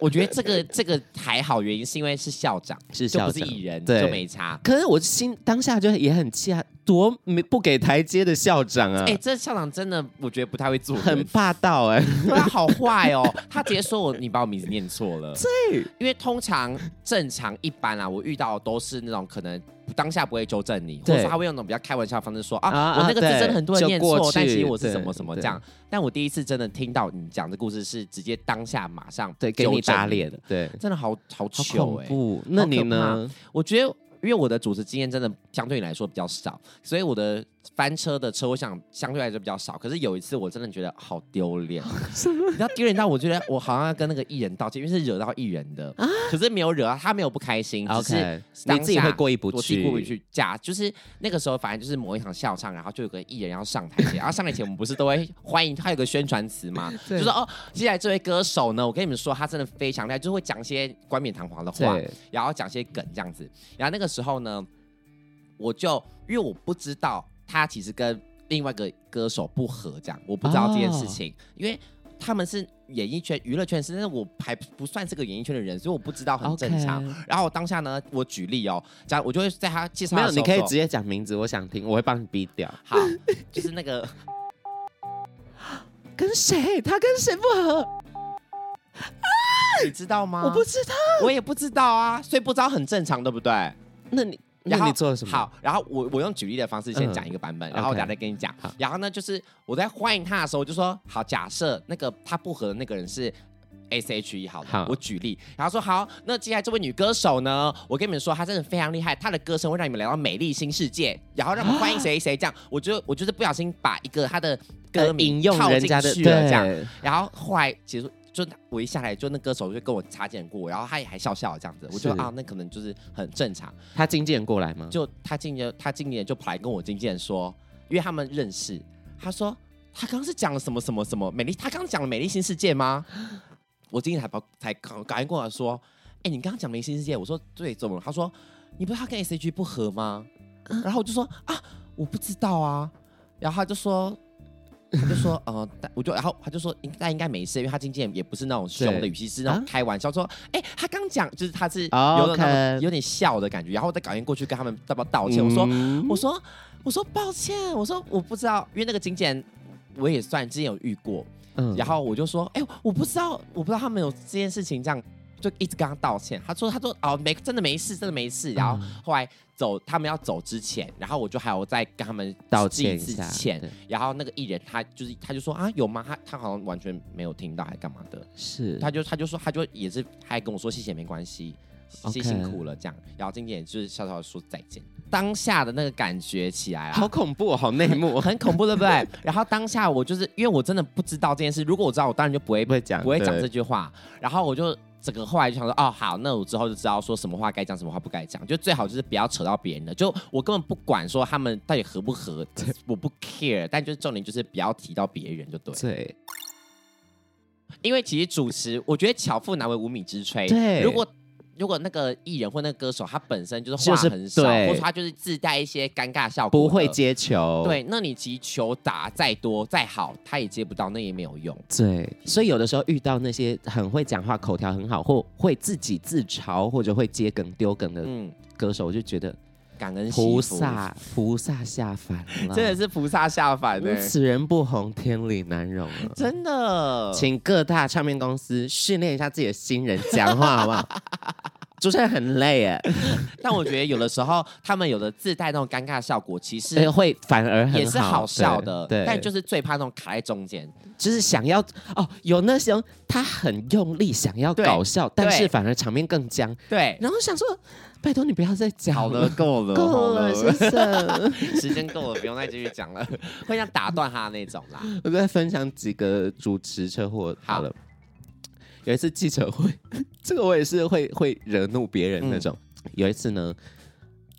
[SPEAKER 4] 我觉得这个这个还好，原因是因为是校长，
[SPEAKER 1] 是
[SPEAKER 4] 就
[SPEAKER 1] 校
[SPEAKER 4] 不是
[SPEAKER 1] 长
[SPEAKER 4] 艺人，
[SPEAKER 1] 对
[SPEAKER 4] 就没差。
[SPEAKER 1] 可是我心当下就也很气啊，多没不给台阶的校长啊，
[SPEAKER 4] 哎、这校长真的，我觉得不太会做人，
[SPEAKER 1] 很霸道哎、
[SPEAKER 4] 对他好坏哦。他直接说我，你把我名字念 错了。对，因为通常正常一般啊，我遇到的都是那种可能当下不会纠正你，或者
[SPEAKER 1] 对
[SPEAKER 4] 说他会用那种比较开玩笑的方式说啊，
[SPEAKER 1] 啊啊
[SPEAKER 4] 我那个字真的很多人
[SPEAKER 1] 对
[SPEAKER 4] 念
[SPEAKER 1] 就过
[SPEAKER 4] 错，
[SPEAKER 1] 去
[SPEAKER 4] 但其实我是
[SPEAKER 1] 对
[SPEAKER 4] 什么什么这样。但我第一次真的听到你讲的故事，是直接当下马上
[SPEAKER 1] 对，给你
[SPEAKER 4] 纠正
[SPEAKER 1] 打脸，，对，
[SPEAKER 4] 真的好好
[SPEAKER 1] 好
[SPEAKER 4] 糗
[SPEAKER 1] 恐
[SPEAKER 4] 哎、
[SPEAKER 1] 怖。那你呢？
[SPEAKER 4] 我觉得，因为我的主持经验真的相对你来说比较少，所以我的翻车的车，我想相对来说比较少。可是有一次，我真的觉得好丢 脸，你知道丢脸到我觉得我好像要跟那个艺人道歉，因为是惹到艺人的，可是没有惹到他，没有不开心，只是
[SPEAKER 1] 啊 OK，
[SPEAKER 4] 当
[SPEAKER 1] 你自己
[SPEAKER 4] 下
[SPEAKER 1] 会过意不
[SPEAKER 4] 我自
[SPEAKER 1] 去，
[SPEAKER 4] 己过不。去架，就是那个时候，反正就是某一场校唱，然后就有个艺人要上台前，然后上台前我们不是都会欢迎他有个宣传 词嘛，就说哦，接下来这位歌手呢，我跟你们说，他真的非常厉害，就是会讲一些冠冕堂皇的话，
[SPEAKER 1] 对，
[SPEAKER 4] 然后讲些梗这样子。然后那个时候呢，我就因为我不知道他其实跟另外一个歌手不合，这样我不知道这件事
[SPEAKER 1] 哦
[SPEAKER 4] 情，因为他们是演艺圈、娱乐圈是，但是我还不算是个演艺圈的人，所以我不知道很正常。
[SPEAKER 1] OK
[SPEAKER 4] 然后我当下呢，我举例哦，这样我就会在他介绍
[SPEAKER 1] 没
[SPEAKER 4] 的
[SPEAKER 1] 有，你
[SPEAKER 4] 时候
[SPEAKER 1] 可以
[SPEAKER 4] 说
[SPEAKER 1] 直接讲名字，我想听，我会帮你逼掉。
[SPEAKER 4] 好，就是那个
[SPEAKER 1] 跟谁？他跟谁不合？
[SPEAKER 4] 你知道吗？
[SPEAKER 1] 我不知道。
[SPEAKER 4] 我也不知道啊，所以不知道很正常，对不对？
[SPEAKER 1] 那你
[SPEAKER 4] 然后
[SPEAKER 1] 那你做了什么
[SPEAKER 4] 好，然后我我用举例的方式先讲一个版本，
[SPEAKER 1] 嗯
[SPEAKER 4] 然后我
[SPEAKER 1] OK
[SPEAKER 4] 等下再跟你讲
[SPEAKER 1] 好。
[SPEAKER 4] 然后呢，就是我在欢迎他的时候，我就说好，假设那个他不合的那个人是。S H E 好了，
[SPEAKER 1] 好
[SPEAKER 4] 我举例，然后说好，那接下来这位女歌手呢，我跟你们说，她真的非常厉害，她的歌声会让你们来到美丽新世界，然后让我们欢迎谁谁这样，我就我就是不小心把一个她的歌名
[SPEAKER 1] 呃引用
[SPEAKER 4] 套
[SPEAKER 1] 人
[SPEAKER 4] 进
[SPEAKER 1] 家的
[SPEAKER 4] 去
[SPEAKER 1] 对
[SPEAKER 4] 了这样，然后后来结束，就我一下来，就那歌手就跟我擦肩而过，然后他也还笑笑这样子，我觉得
[SPEAKER 1] 是
[SPEAKER 4] 啊，那可能就是很正常。
[SPEAKER 1] 他经纪人过来吗？
[SPEAKER 4] 就他今年，他今年就跑来跟我经纪人说，因为他们认识，他说他刚刚是讲了什么什么什么美丽，他刚刚讲了美丽新世界吗？ 我今天才跑才赶赶快过来说，哎、你刚刚讲美丽新世界，我说对，怎么了？他说你不是他跟 S H G 不合吗？
[SPEAKER 1] 嗯
[SPEAKER 4] 然后我就说啊，我不知道啊，然后他就说。他就说，呃，但我就，然后他就说，应但应该没事，因为他经纪人也不是那种凶的
[SPEAKER 1] 对
[SPEAKER 4] 语气，是那种
[SPEAKER 1] 啊
[SPEAKER 4] 开玩笑说，哎、他刚讲就是他是有
[SPEAKER 1] 哦
[SPEAKER 4] 那种那种
[SPEAKER 1] OK
[SPEAKER 4] 有点笑的感觉，然后我再赶紧过去跟他们道不道歉，我说
[SPEAKER 1] 嗯
[SPEAKER 4] 我说我说抱歉，我说我不知道，因为那个经纪人我也算之前有遇过，
[SPEAKER 1] 嗯
[SPEAKER 4] 然后我就说，哎、我不知道，我不知道他们有这件事情，这样就一直跟他道歉。他说，他说哦，没，真的没事，真的没事。然后
[SPEAKER 1] 嗯
[SPEAKER 4] 后来走，他们要走之前，然后我就还有再跟他们
[SPEAKER 1] 道歉一
[SPEAKER 4] 致
[SPEAKER 1] 下
[SPEAKER 4] 歉
[SPEAKER 1] 对
[SPEAKER 4] 然后那个艺人他就是他就说啊有吗？他他好像完全没有听到，还干嘛的？
[SPEAKER 1] 是
[SPEAKER 4] 他就他就说，他就也是还跟我说谢谢，没关系，谢谢
[SPEAKER 1] OK
[SPEAKER 4] 辛苦了这样。然后今天也就是笑笑地说再见，当下的那个感觉起来
[SPEAKER 1] 好
[SPEAKER 4] 啊，
[SPEAKER 1] 恐怖哦，好内幕
[SPEAKER 4] 我，很恐怖，对不对？ 然后当下我就是因为我真的不知道这件事，如果我知道，我当然就不会
[SPEAKER 1] 不会讲，
[SPEAKER 4] 不会讲
[SPEAKER 1] 对
[SPEAKER 4] 这句话。然后我就整个后来就想说，哦，好，那我之后就知道说什么话该讲，什么话不该讲，就最好就是不要扯到别人的。就我根本不管说他们到底合不合，我不 care，但就是重点就是不要提到别人就对了。
[SPEAKER 1] 对，
[SPEAKER 4] 因为其实主持，我觉得巧妇难为无米之炊。
[SPEAKER 1] 对
[SPEAKER 4] 如果如果那个艺人或那个歌手，他本身就是
[SPEAKER 1] 就
[SPEAKER 4] 话
[SPEAKER 1] 是
[SPEAKER 4] 很少，
[SPEAKER 1] 对
[SPEAKER 4] 或者他就是自带一些尴尬效果，
[SPEAKER 1] 不会。接球，
[SPEAKER 4] 对，那你其实球打再多再好，他也接不到，那也没有用。
[SPEAKER 1] 对，所以有的时候遇到那些很会讲话、口条很好，或会自己自嘲或者会接梗丢梗的
[SPEAKER 4] 嗯，
[SPEAKER 1] 歌手，我就觉得
[SPEAKER 4] 感恩惜
[SPEAKER 1] 菩
[SPEAKER 4] 福，
[SPEAKER 1] 萨菩萨下凡了，
[SPEAKER 4] 真的是菩萨下凡呢、
[SPEAKER 1] 嗯此人不红，天理难容啊！
[SPEAKER 4] 真的。
[SPEAKER 1] 请各大唱片公司训练一下自己的新人讲话，好不 好？主持人很累哎，
[SPEAKER 4] 但我觉得有的时候他们有的自带那种尴尬效果，其
[SPEAKER 1] 所以
[SPEAKER 4] 实
[SPEAKER 1] 会反而哎很
[SPEAKER 4] 也是好笑
[SPEAKER 1] 对
[SPEAKER 4] 的，
[SPEAKER 1] 对，
[SPEAKER 4] 但就是最怕那种卡在中间。
[SPEAKER 1] 就是想要哦，有那种他很用力想要
[SPEAKER 4] 对
[SPEAKER 1] 搞笑，但
[SPEAKER 4] 对
[SPEAKER 1] 是反而场面更僵，
[SPEAKER 4] 对，
[SPEAKER 1] 然后想说，拜托你不要再讲
[SPEAKER 4] 好了，够了，好
[SPEAKER 1] 够了，先生。
[SPEAKER 4] 时间够了，不用再继续讲了，会像打断他那种啦。
[SPEAKER 1] 我再分享几个主持车祸好了。有一次记者会， 这个我也是会会惹怒别人那种。
[SPEAKER 4] 嗯
[SPEAKER 1] 有一次呢，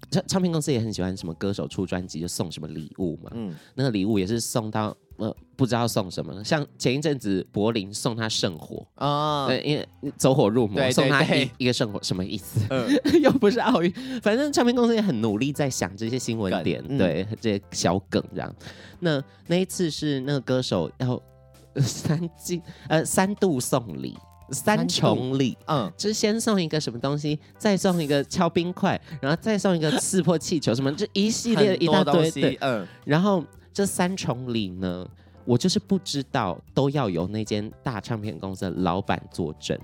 [SPEAKER 1] 唱唱片公司也很喜欢什么歌手出专辑就送什么礼物嘛，
[SPEAKER 4] 嗯，
[SPEAKER 1] 那个礼物也是送到呃不知道送什么，像前一阵子柏林送他圣火。
[SPEAKER 4] 哦
[SPEAKER 1] 呃，因为走火入魔，
[SPEAKER 4] 对对
[SPEAKER 1] 送他一
[SPEAKER 4] 对
[SPEAKER 1] 一个圣火，什么意思？
[SPEAKER 4] 嗯
[SPEAKER 1] 又不是奥运，反正唱片公司也很努力在想这些新闻点，
[SPEAKER 4] 梗嗯
[SPEAKER 1] 对这些小梗这样。那那一次是那个歌手要 呃三进呃三度送礼，三
[SPEAKER 4] 三度
[SPEAKER 1] 重礼。
[SPEAKER 4] 嗯，
[SPEAKER 1] 就是先送一个什么东西，再送一个敲冰块，然后再送一个刺破气球，什么这一 系列
[SPEAKER 4] 很
[SPEAKER 1] 一
[SPEAKER 4] 多
[SPEAKER 1] 大
[SPEAKER 4] 东
[SPEAKER 1] 堆。
[SPEAKER 4] 西
[SPEAKER 1] 对，哎
[SPEAKER 4] 嗯，
[SPEAKER 1] 然后这三重礼呢，我就是不知道都要由那间大唱片公司的老板作证，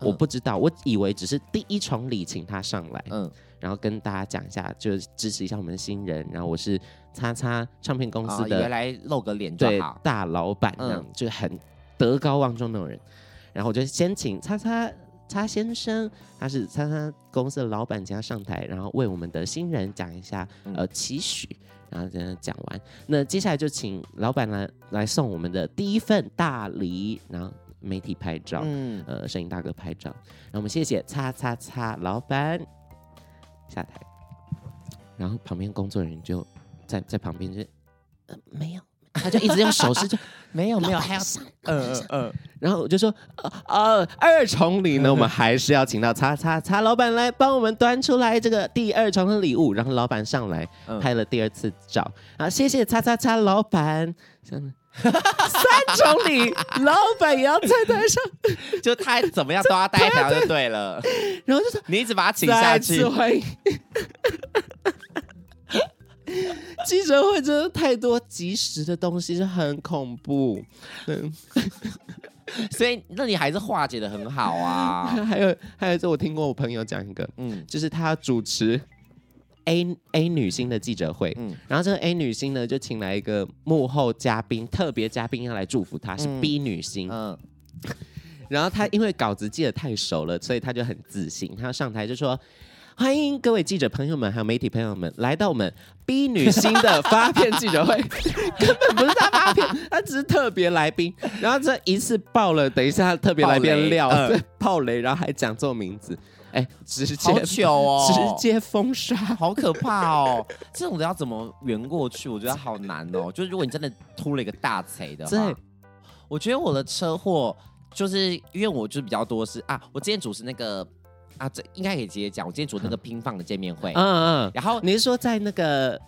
[SPEAKER 1] 我
[SPEAKER 4] 嗯
[SPEAKER 1] 不知道，我以为只是第一重礼请他上来，
[SPEAKER 4] 嗯，
[SPEAKER 1] 然后跟大家讲一下，就是支持一下我们的新人。然后我是叉叉唱片公司
[SPEAKER 4] 哦
[SPEAKER 1] 的、
[SPEAKER 4] 原来露个脸就
[SPEAKER 1] 对
[SPEAKER 4] 好，
[SPEAKER 1] 大老板，这样、
[SPEAKER 4] 嗯
[SPEAKER 1] 就是很德高望重那种人。然后我就先请叉叉叉先生，他是叉叉公司的老板，请他上台，然后为我们的新人讲一下
[SPEAKER 4] 嗯
[SPEAKER 1] 呃期许。然后这样讲完，那接下来就请老板来来送我们的第一份大礼，然后媒体拍照。
[SPEAKER 4] 嗯，
[SPEAKER 1] 呃摄影大哥拍照。然后我们谢谢叉叉叉老板下台，然后旁边工作人员就在在旁边就、呃、没有，他就一直用手势就
[SPEAKER 4] 没 有没有，
[SPEAKER 1] 老板
[SPEAKER 4] 还要，
[SPEAKER 1] 上
[SPEAKER 4] 嗯嗯嗯，
[SPEAKER 1] 然后我就说呃呃二重礼呢，我们还是要请到叉叉叉老板来帮我们端出来这个第二重的礼物。然后老板上来
[SPEAKER 4] 嗯
[SPEAKER 1] 拍了第二次照，然后谢谢叉叉叉老板。真的三重礼，老板也要在台上，
[SPEAKER 4] 就他怎么样都要带一条就对 了，
[SPEAKER 1] 然后就说
[SPEAKER 4] 你一直把他请
[SPEAKER 1] 再
[SPEAKER 4] 下去
[SPEAKER 1] 次，欢迎。 记者会真的太多及时的东西，是很恐怖。嗯，
[SPEAKER 4] 所以那你还是化解的很好啊，
[SPEAKER 1] 还有还有，这我听过我朋友讲一个，
[SPEAKER 4] 嗯，
[SPEAKER 1] 就是他主持 A A 女星的记者会，
[SPEAKER 4] 嗯
[SPEAKER 1] 然后这个 A 女星呢就请来一个幕后嘉宾，特别嘉宾要来祝福她，是
[SPEAKER 4] 嗯
[SPEAKER 1] B 女星，
[SPEAKER 4] 嗯，
[SPEAKER 1] 然后他因为稿子记得太熟了，所以他就很自信。他上台就说：“欢迎各位记者朋友们，还有媒体朋友们，来到我们 B 女星的发片记 者会。”根本不是他发片，他只是特别来宾。然后这一次爆了，等一下特别来宾料
[SPEAKER 4] 爆雷嗯
[SPEAKER 1] 对爆雷，然后还讲错名字，哎，直接、
[SPEAKER 4] 好糗哦，
[SPEAKER 1] 直接封杀。
[SPEAKER 4] 好可怕哦！这种的要怎么圆过去？我觉得好难哦。就是如果你真的秃了一个大贼的话
[SPEAKER 1] 对，
[SPEAKER 4] 我觉得我的车祸就是因为我就是比较多是啊，我之前主持那个啊，这应该可以直接讲，我之前主持那个拼放的见面会，
[SPEAKER 1] 嗯嗯，
[SPEAKER 4] 然后
[SPEAKER 1] 你是说在嗯那个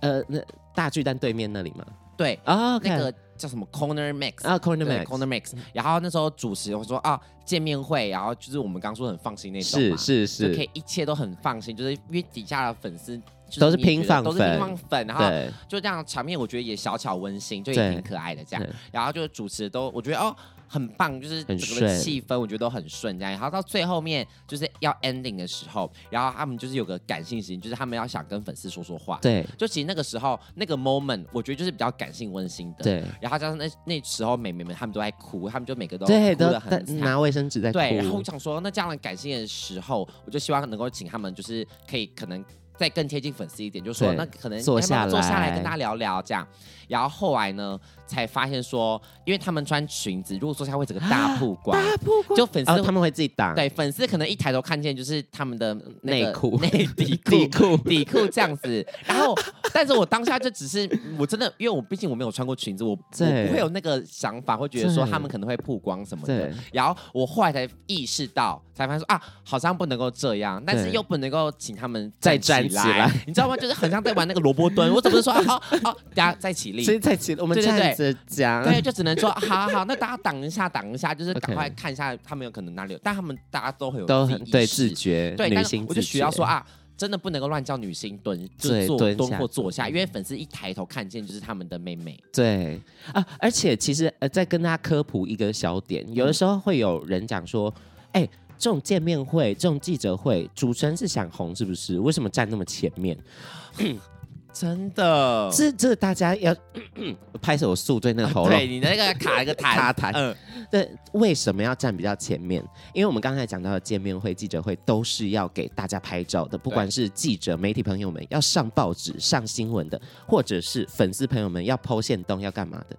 [SPEAKER 1] 呃那大巨蛋对面那里吗？
[SPEAKER 4] 对
[SPEAKER 1] 啊、
[SPEAKER 4] 那个叫什么 Corner Max
[SPEAKER 1] 啊，Corner
[SPEAKER 4] 对
[SPEAKER 1] Max，
[SPEAKER 4] Corner Max，然后那时候主持我说啊见面会，然后就是我们刚说很放心那种嘛
[SPEAKER 1] 是是，
[SPEAKER 4] 就是可以一切都很放心，就是因为底下的粉丝。就
[SPEAKER 1] 都是
[SPEAKER 4] 你也觉得
[SPEAKER 1] 拼放
[SPEAKER 4] 都是
[SPEAKER 1] 粉
[SPEAKER 4] 拼放粉，然后
[SPEAKER 1] 对。
[SPEAKER 4] 就这样场面，我觉得也小巧温馨，就也挺可爱的这样
[SPEAKER 1] 对。
[SPEAKER 4] 然后就是主持的都，我觉得哦很棒，就是
[SPEAKER 1] 很
[SPEAKER 4] 整个的
[SPEAKER 1] 顺
[SPEAKER 4] 气氛我觉得都很顺这样。然后到最后面就是要 ending 的时候，然后他们就是有个感性型，就是他们要想跟粉丝说说话。，
[SPEAKER 1] 对
[SPEAKER 4] 就其实那个时候那个 moment，我觉得就是比较感性温馨的。。
[SPEAKER 1] 对
[SPEAKER 4] 然后加上那那时候美眉们她们都在哭，她们就每个都
[SPEAKER 1] 对，
[SPEAKER 4] 哭
[SPEAKER 1] 都
[SPEAKER 4] 得
[SPEAKER 1] 在
[SPEAKER 4] 很惨。
[SPEAKER 1] 拿卫生纸在哭。
[SPEAKER 4] 对，然后我想说，那这样的感性的时候，我就希望能够请他们，就是可以可能再更贴近粉丝一点，就说
[SPEAKER 1] 对
[SPEAKER 4] 那可能
[SPEAKER 1] 坐
[SPEAKER 4] 要不要
[SPEAKER 1] 下
[SPEAKER 4] 坐下
[SPEAKER 1] 来
[SPEAKER 4] 来跟大家聊聊这样。然后后来呢，才发现说，因为他们穿裙子，如果坐下会整个大曝光，
[SPEAKER 1] 不
[SPEAKER 4] 就粉丝、
[SPEAKER 1] 啊哦，他们会自己打
[SPEAKER 4] 对粉丝可能一抬头看见就是他们的那个
[SPEAKER 1] 内裤
[SPEAKER 4] 内底裤、
[SPEAKER 1] 底裤
[SPEAKER 4] 底裤这样子。然后，但是我当下就只是，我真的，因为我毕竟我没有穿过裙子，我我
[SPEAKER 1] 对
[SPEAKER 4] 不会有那个想法，会觉得说
[SPEAKER 1] 对
[SPEAKER 4] 他们可能会曝光什么的
[SPEAKER 1] 对。
[SPEAKER 4] 然后我后来才意识到，才发现说啊，好像不能够这样，但是
[SPEAKER 1] 对
[SPEAKER 4] 又不能够请他们
[SPEAKER 1] 再
[SPEAKER 4] 站
[SPEAKER 1] 站起来，
[SPEAKER 4] 你知道吗？就是很像在玩那个萝卜蹲。我怎么说啊？好好，大家再起立
[SPEAKER 1] 所。以在起我们
[SPEAKER 4] 对对
[SPEAKER 1] 站
[SPEAKER 4] 对
[SPEAKER 1] 着讲，
[SPEAKER 4] 对，就只能说好好，那大家挡一下，挡一下，就是
[SPEAKER 1] OK
[SPEAKER 4] 赶快看一下他们有可能哪里有，但他们大家都很有
[SPEAKER 1] 都
[SPEAKER 4] 自己
[SPEAKER 1] 很
[SPEAKER 4] 意
[SPEAKER 1] 对
[SPEAKER 4] 识
[SPEAKER 1] 自觉，
[SPEAKER 4] 对，
[SPEAKER 1] 女
[SPEAKER 4] 但是
[SPEAKER 1] 性
[SPEAKER 4] 我
[SPEAKER 1] 自
[SPEAKER 4] 就需要
[SPEAKER 1] 觉
[SPEAKER 4] 说，啊，真的不能够乱叫女星蹲，就是
[SPEAKER 1] 对
[SPEAKER 4] 坐
[SPEAKER 1] 蹲
[SPEAKER 4] 蹲
[SPEAKER 1] 下嗯
[SPEAKER 4] 或坐下，因为粉丝一抬头看见就是他们的妹妹。
[SPEAKER 1] 对啊，而且其实呃，再跟大家科普一个小点，
[SPEAKER 4] 嗯
[SPEAKER 1] 有的时候会有人讲说，哎、这种见面会、这种记者会，主持人是想红是不是？为什么站那么前面？
[SPEAKER 4] 哦真的
[SPEAKER 1] 这这大家要 拍手我宿醉那个喉咙
[SPEAKER 4] 啊对，你的那个卡一个痰，
[SPEAKER 1] 卡痰
[SPEAKER 4] 嗯，
[SPEAKER 1] 对，为什么要站比较前面？因为我们刚才讲到的见面会、记者会都是要给大家拍照的，不管是记者、媒体朋友们要上报纸、上新闻的，或者是粉丝朋友们要剖线动、要干嘛的，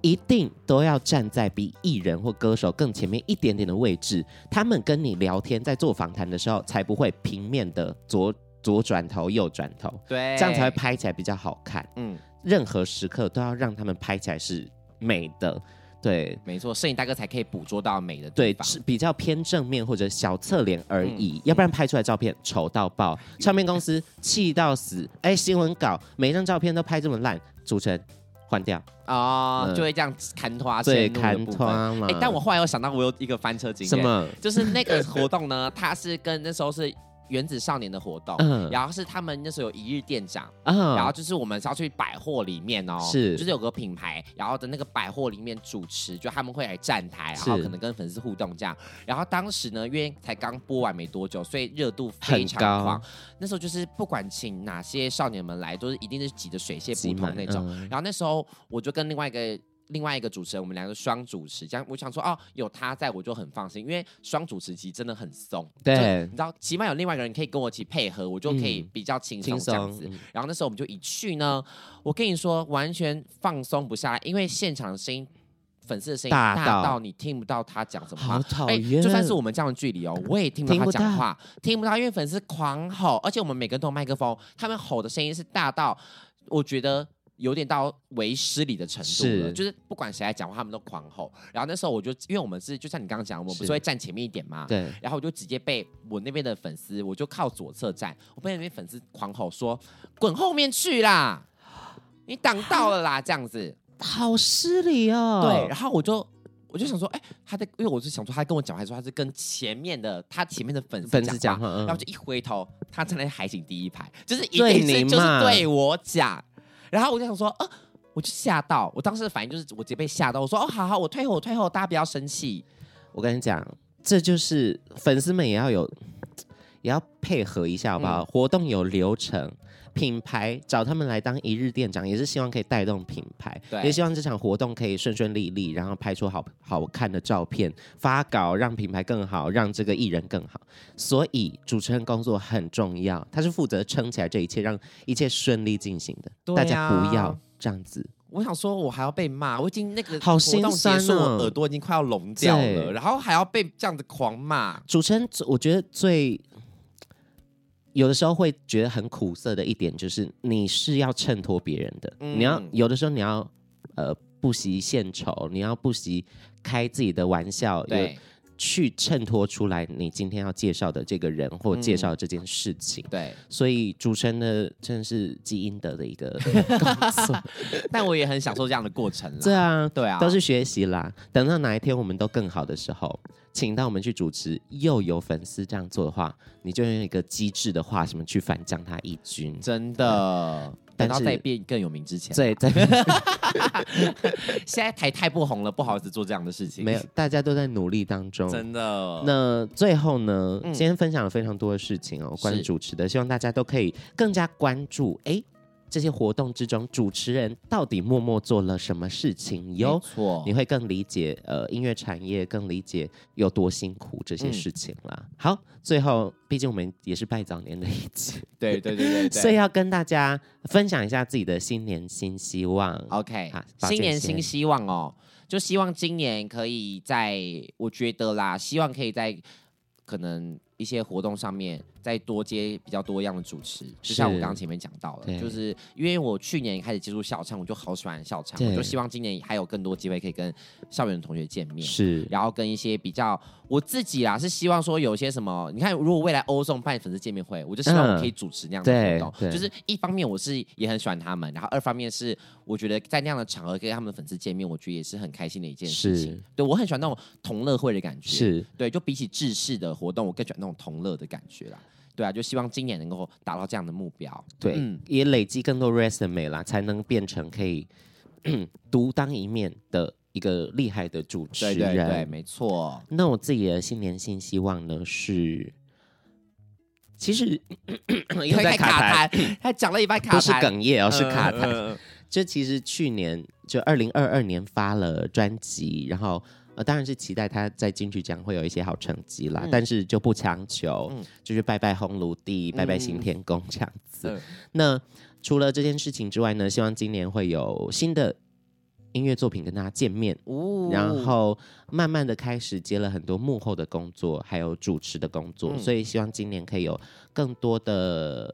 [SPEAKER 1] 一定都要站在比艺人或歌手更前面一点点的位置。他们跟你聊天，在做访谈的时候，才不会平面的左左转头、右转头，
[SPEAKER 4] 对，
[SPEAKER 1] 这样才会。拍起来比较好看。
[SPEAKER 4] 嗯，
[SPEAKER 1] 任何时刻都要让他们拍起来是美的，对。
[SPEAKER 4] 没错，摄影大哥才可以捕捉到美的地
[SPEAKER 1] 对，
[SPEAKER 4] 方。
[SPEAKER 1] 是比较偏正面或者小侧脸而
[SPEAKER 4] 嗯
[SPEAKER 1] 已，要不然拍出来照片丑到爆，唱片公司气到死，哎，新闻稿每一张照片都拍这么烂，主持人换掉，
[SPEAKER 4] 啊，
[SPEAKER 1] 嗯
[SPEAKER 4] 就会这样砍花
[SPEAKER 1] 对，
[SPEAKER 4] 迁怒的
[SPEAKER 1] 砍
[SPEAKER 4] 部分
[SPEAKER 1] 拖嘛。
[SPEAKER 4] 哎，但我后来有想到，我有一个翻车经
[SPEAKER 1] 什
[SPEAKER 4] 验，
[SPEAKER 1] 么？
[SPEAKER 4] 就是那个活动呢，它是跟那时候是原子少年的活动，
[SPEAKER 1] 嗯
[SPEAKER 4] 然后是他们那时候有一日店长。
[SPEAKER 1] 啊，
[SPEAKER 4] 然后就是我们是要去百货里面哦，
[SPEAKER 1] 是
[SPEAKER 4] 就是有个品牌，然后的那个百货里面主持，就他们会来站台，然后
[SPEAKER 1] 是
[SPEAKER 4] 可能跟粉丝互动这样。然后当时呢，因为才刚播完没多久，所以热度非
[SPEAKER 1] 很
[SPEAKER 4] 常
[SPEAKER 1] 高
[SPEAKER 4] 狂。，那时候就是不管请哪些少年们来，都是一定是挤得水泄不
[SPEAKER 1] 挤
[SPEAKER 4] 通
[SPEAKER 1] 满
[SPEAKER 4] 那种。
[SPEAKER 1] 嗯
[SPEAKER 4] 然后那时候我就跟另外一个。另外一个主持人，我们两个双主持，这样我想说哦，有他在我就很放心，因为双主持其实真的很松，
[SPEAKER 1] 对
[SPEAKER 4] 就是你知道，起码有另外一个人可以跟我一起配合，我就可以
[SPEAKER 1] 嗯
[SPEAKER 4] 比较轻松
[SPEAKER 1] 轻
[SPEAKER 4] 这
[SPEAKER 1] 松
[SPEAKER 4] 样子。，然后那时候我们就一去呢，我跟你说完全放松不下来，因为现场的声音。粉丝的声音
[SPEAKER 1] 大
[SPEAKER 4] 大
[SPEAKER 1] 到
[SPEAKER 4] 到你听不到他讲什么话
[SPEAKER 1] 好，讨
[SPEAKER 4] 哎
[SPEAKER 1] 厌
[SPEAKER 4] 就算是我们这样的距离哦，我也听不
[SPEAKER 1] 听
[SPEAKER 4] 到
[SPEAKER 1] 不
[SPEAKER 4] 他
[SPEAKER 1] 到
[SPEAKER 4] 讲话，听不到，因为粉丝狂吼，而且我们每个人都有麦克风，他们吼的声音是大到我觉得有点到为失礼的程度了，
[SPEAKER 1] 是
[SPEAKER 4] 就是不管谁来讲话，他们都狂吼。然后那时候我就，因为我们是就像你刚刚讲，我们不
[SPEAKER 1] 是
[SPEAKER 4] 是会站前面一点吗？
[SPEAKER 1] 对，
[SPEAKER 4] 然后我就直接被我那边的粉丝，我就靠左侧站，我被那边粉丝狂吼说：“滚后面去啦！你挡到了啦！”这样子，
[SPEAKER 1] 好失礼哦，
[SPEAKER 4] 对，然后我就。我就想说，哎、他在，因为我是想说，他跟我讲话，还说他是跟前面的他前面的粉丝
[SPEAKER 1] 粉丝
[SPEAKER 4] 讲
[SPEAKER 1] 讲
[SPEAKER 4] 话，
[SPEAKER 1] 话，嗯
[SPEAKER 4] 然后我就一回头，他站在海景第一排，就是一
[SPEAKER 1] 对
[SPEAKER 4] 定是
[SPEAKER 1] 你
[SPEAKER 4] 就是
[SPEAKER 1] 嘛
[SPEAKER 4] 对我讲，然后我就想说，呃，我就吓到，我当时的反应就是我直接被吓到，我说，哦，好好，我退后，我退后，大家不要生气，
[SPEAKER 1] 我跟你讲，这就是粉丝们也要有也要配合一下，好不
[SPEAKER 4] 嗯
[SPEAKER 1] 好？活动有流程，品牌找他们来当一日店长，也是希望可以带动品牌，
[SPEAKER 4] 对
[SPEAKER 1] 也希望这场活动可以顺顺利利，然后拍出好好看的照片，发稿让品牌更好，让这个艺人更好。所以主持人工作很重要，他是负责撑起来这一切，让一切顺利进行的。
[SPEAKER 4] 对
[SPEAKER 1] 大家
[SPEAKER 4] 啊
[SPEAKER 1] 不要这样子。
[SPEAKER 4] 我想说，我还要被骂，我已经那个
[SPEAKER 1] 好
[SPEAKER 4] 活动
[SPEAKER 1] 心酸
[SPEAKER 4] 结束，
[SPEAKER 1] 哦
[SPEAKER 4] 我耳朵已经快要聋掉
[SPEAKER 1] 对
[SPEAKER 4] 了，然后还要被这样子狂骂。
[SPEAKER 1] 主持人最，我觉得最有的时候会觉得很苦涩的一点，就是你是要衬托别人的，
[SPEAKER 4] 嗯
[SPEAKER 1] 你要有的时候你要呃不惜献丑，你要不惜开自己的玩笑，有
[SPEAKER 4] 对
[SPEAKER 1] 去衬托出来你今天要介绍的这个人
[SPEAKER 4] 嗯
[SPEAKER 1] 或介绍这件事情。
[SPEAKER 4] 对，
[SPEAKER 1] 所以主持人的真的是积阴德的一 个工作，
[SPEAKER 4] 但我也很享受这样的过程了。
[SPEAKER 1] 对啊，
[SPEAKER 4] 对啊，
[SPEAKER 1] 都是学习啦。等到哪一天我们都更好的时候，请到我们去主持，又有粉丝这样做的话，你就用一个机智的话什么去反将他一军。
[SPEAKER 4] 真的。
[SPEAKER 1] 嗯但
[SPEAKER 4] 等到
[SPEAKER 1] 是
[SPEAKER 4] 再变更有名之前，
[SPEAKER 1] 对，在
[SPEAKER 4] 现在台太不红了，不好意思做这样的事情。
[SPEAKER 1] 没有，，大家都在努力当中。
[SPEAKER 4] 真的。
[SPEAKER 1] 那最后呢？
[SPEAKER 4] 嗯
[SPEAKER 1] 今天分享了非常多的事情哦，关于
[SPEAKER 4] 是
[SPEAKER 1] 主持的，希望大家都可以更加关注。哎，这些活动之中，主持人到底默默做了什么事情哟
[SPEAKER 4] 没？错
[SPEAKER 1] 你，会更理解呃音乐产业，更理解有多辛苦这些
[SPEAKER 4] 嗯
[SPEAKER 1] 事情啦。好，最后毕竟我们也是拜早年的一 集，
[SPEAKER 4] 对对对对对。
[SPEAKER 1] 所以要跟大家分享一下自己的新年新希望。
[SPEAKER 4] OK，
[SPEAKER 1] 嗯好抱
[SPEAKER 4] 新
[SPEAKER 1] 歉
[SPEAKER 4] 年
[SPEAKER 1] 先
[SPEAKER 4] 新希望哦，就希望今年可以在，我觉得啦，希望可以在可能一些活动上面再多接比较多样的主持，就像我
[SPEAKER 1] 是
[SPEAKER 4] 刚刚前面讲到
[SPEAKER 1] 对
[SPEAKER 4] 了，就是因为我去年开始接触校唱，我就好喜欢校唱，
[SPEAKER 1] 对
[SPEAKER 4] 我就希望今年还有更多机会可以跟校园的同学见面。
[SPEAKER 1] 是
[SPEAKER 4] 然后跟一些比较我自己啦，是希望说有些什么，你看，如果未来欧颂办粉丝见面会，我就希望我可以主持那样的活动。
[SPEAKER 1] 嗯对对
[SPEAKER 4] 就是一方面我是也很喜欢他们，然后二方面是我觉得在那样的场合跟他们的粉丝见面，我觉得也是很开心的一件事情
[SPEAKER 1] 是。
[SPEAKER 4] 对我很喜欢那种同乐会的感觉，
[SPEAKER 1] 是，
[SPEAKER 4] 对，就比起制式的活动，我更喜欢那种同乐的感觉啦。对啊，就希望今年能够达到这样的目标。
[SPEAKER 1] 对，
[SPEAKER 4] 嗯
[SPEAKER 1] 也累积更多 resume 啦，才能变成可以嗯独当一面的一个厉害的主持
[SPEAKER 4] 对
[SPEAKER 1] 人。
[SPEAKER 4] 对对，没 错。
[SPEAKER 1] 那我自己的新年新希望呢是，其实又在卡痰。
[SPEAKER 4] 痰，他讲了一半卡痰，
[SPEAKER 1] 不是哽咽哦，
[SPEAKER 4] 嗯，
[SPEAKER 1] 是卡痰。
[SPEAKER 4] 嗯嗯
[SPEAKER 1] 这其实去年就二零二二年发了专辑，然后呃当然是期待他在金曲奖会有一些好成绩啦，
[SPEAKER 4] 嗯
[SPEAKER 1] 但是就不强求，
[SPEAKER 4] 嗯
[SPEAKER 1] 就是拜拜烘炉地，拜拜行天宫这样子。
[SPEAKER 4] 嗯
[SPEAKER 1] 那除了这件事情之外呢，希望今年会有新的音乐作品跟大家见面。
[SPEAKER 4] 哦
[SPEAKER 1] 然后慢慢的开始接了很多幕后的工作，还有主持的工作，
[SPEAKER 4] 嗯
[SPEAKER 1] 所以希望今年可以有更多的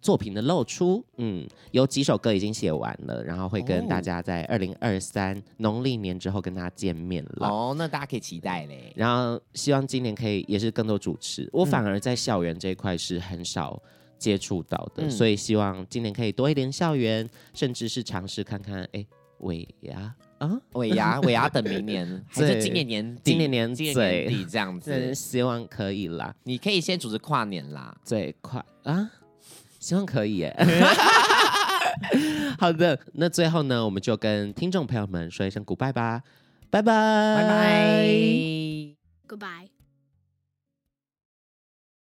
[SPEAKER 1] 作品的露出。嗯，有几首歌已经写完了，然后会跟
[SPEAKER 4] 哦
[SPEAKER 1] 大家在二零二三农历年之后跟大家见面了。
[SPEAKER 4] 哦，那大家可以期待嘞。
[SPEAKER 1] 然后希望今年可以也是更多主持，我
[SPEAKER 4] 嗯
[SPEAKER 1] 反而在校园这一块是很少接触到的，
[SPEAKER 4] 嗯
[SPEAKER 1] 所以希望今年可以多一点校园，甚至是尝试看看，哎，尾牙啊，
[SPEAKER 4] 尾牙，尾牙等明 年，还
[SPEAKER 1] 对
[SPEAKER 4] 是今年年底？
[SPEAKER 1] 今年年
[SPEAKER 4] 今年
[SPEAKER 1] 嘴
[SPEAKER 4] 年底这样
[SPEAKER 1] 真的
[SPEAKER 4] 子，
[SPEAKER 1] 希望可以啦。
[SPEAKER 4] 你可以先组织跨年啦。
[SPEAKER 1] 最快啊，希望可以耶。好的，那最后呢，我们就跟听众朋友们说一声 goodbye 吧，拜拜，
[SPEAKER 4] 拜拜。
[SPEAKER 5] Goodbye.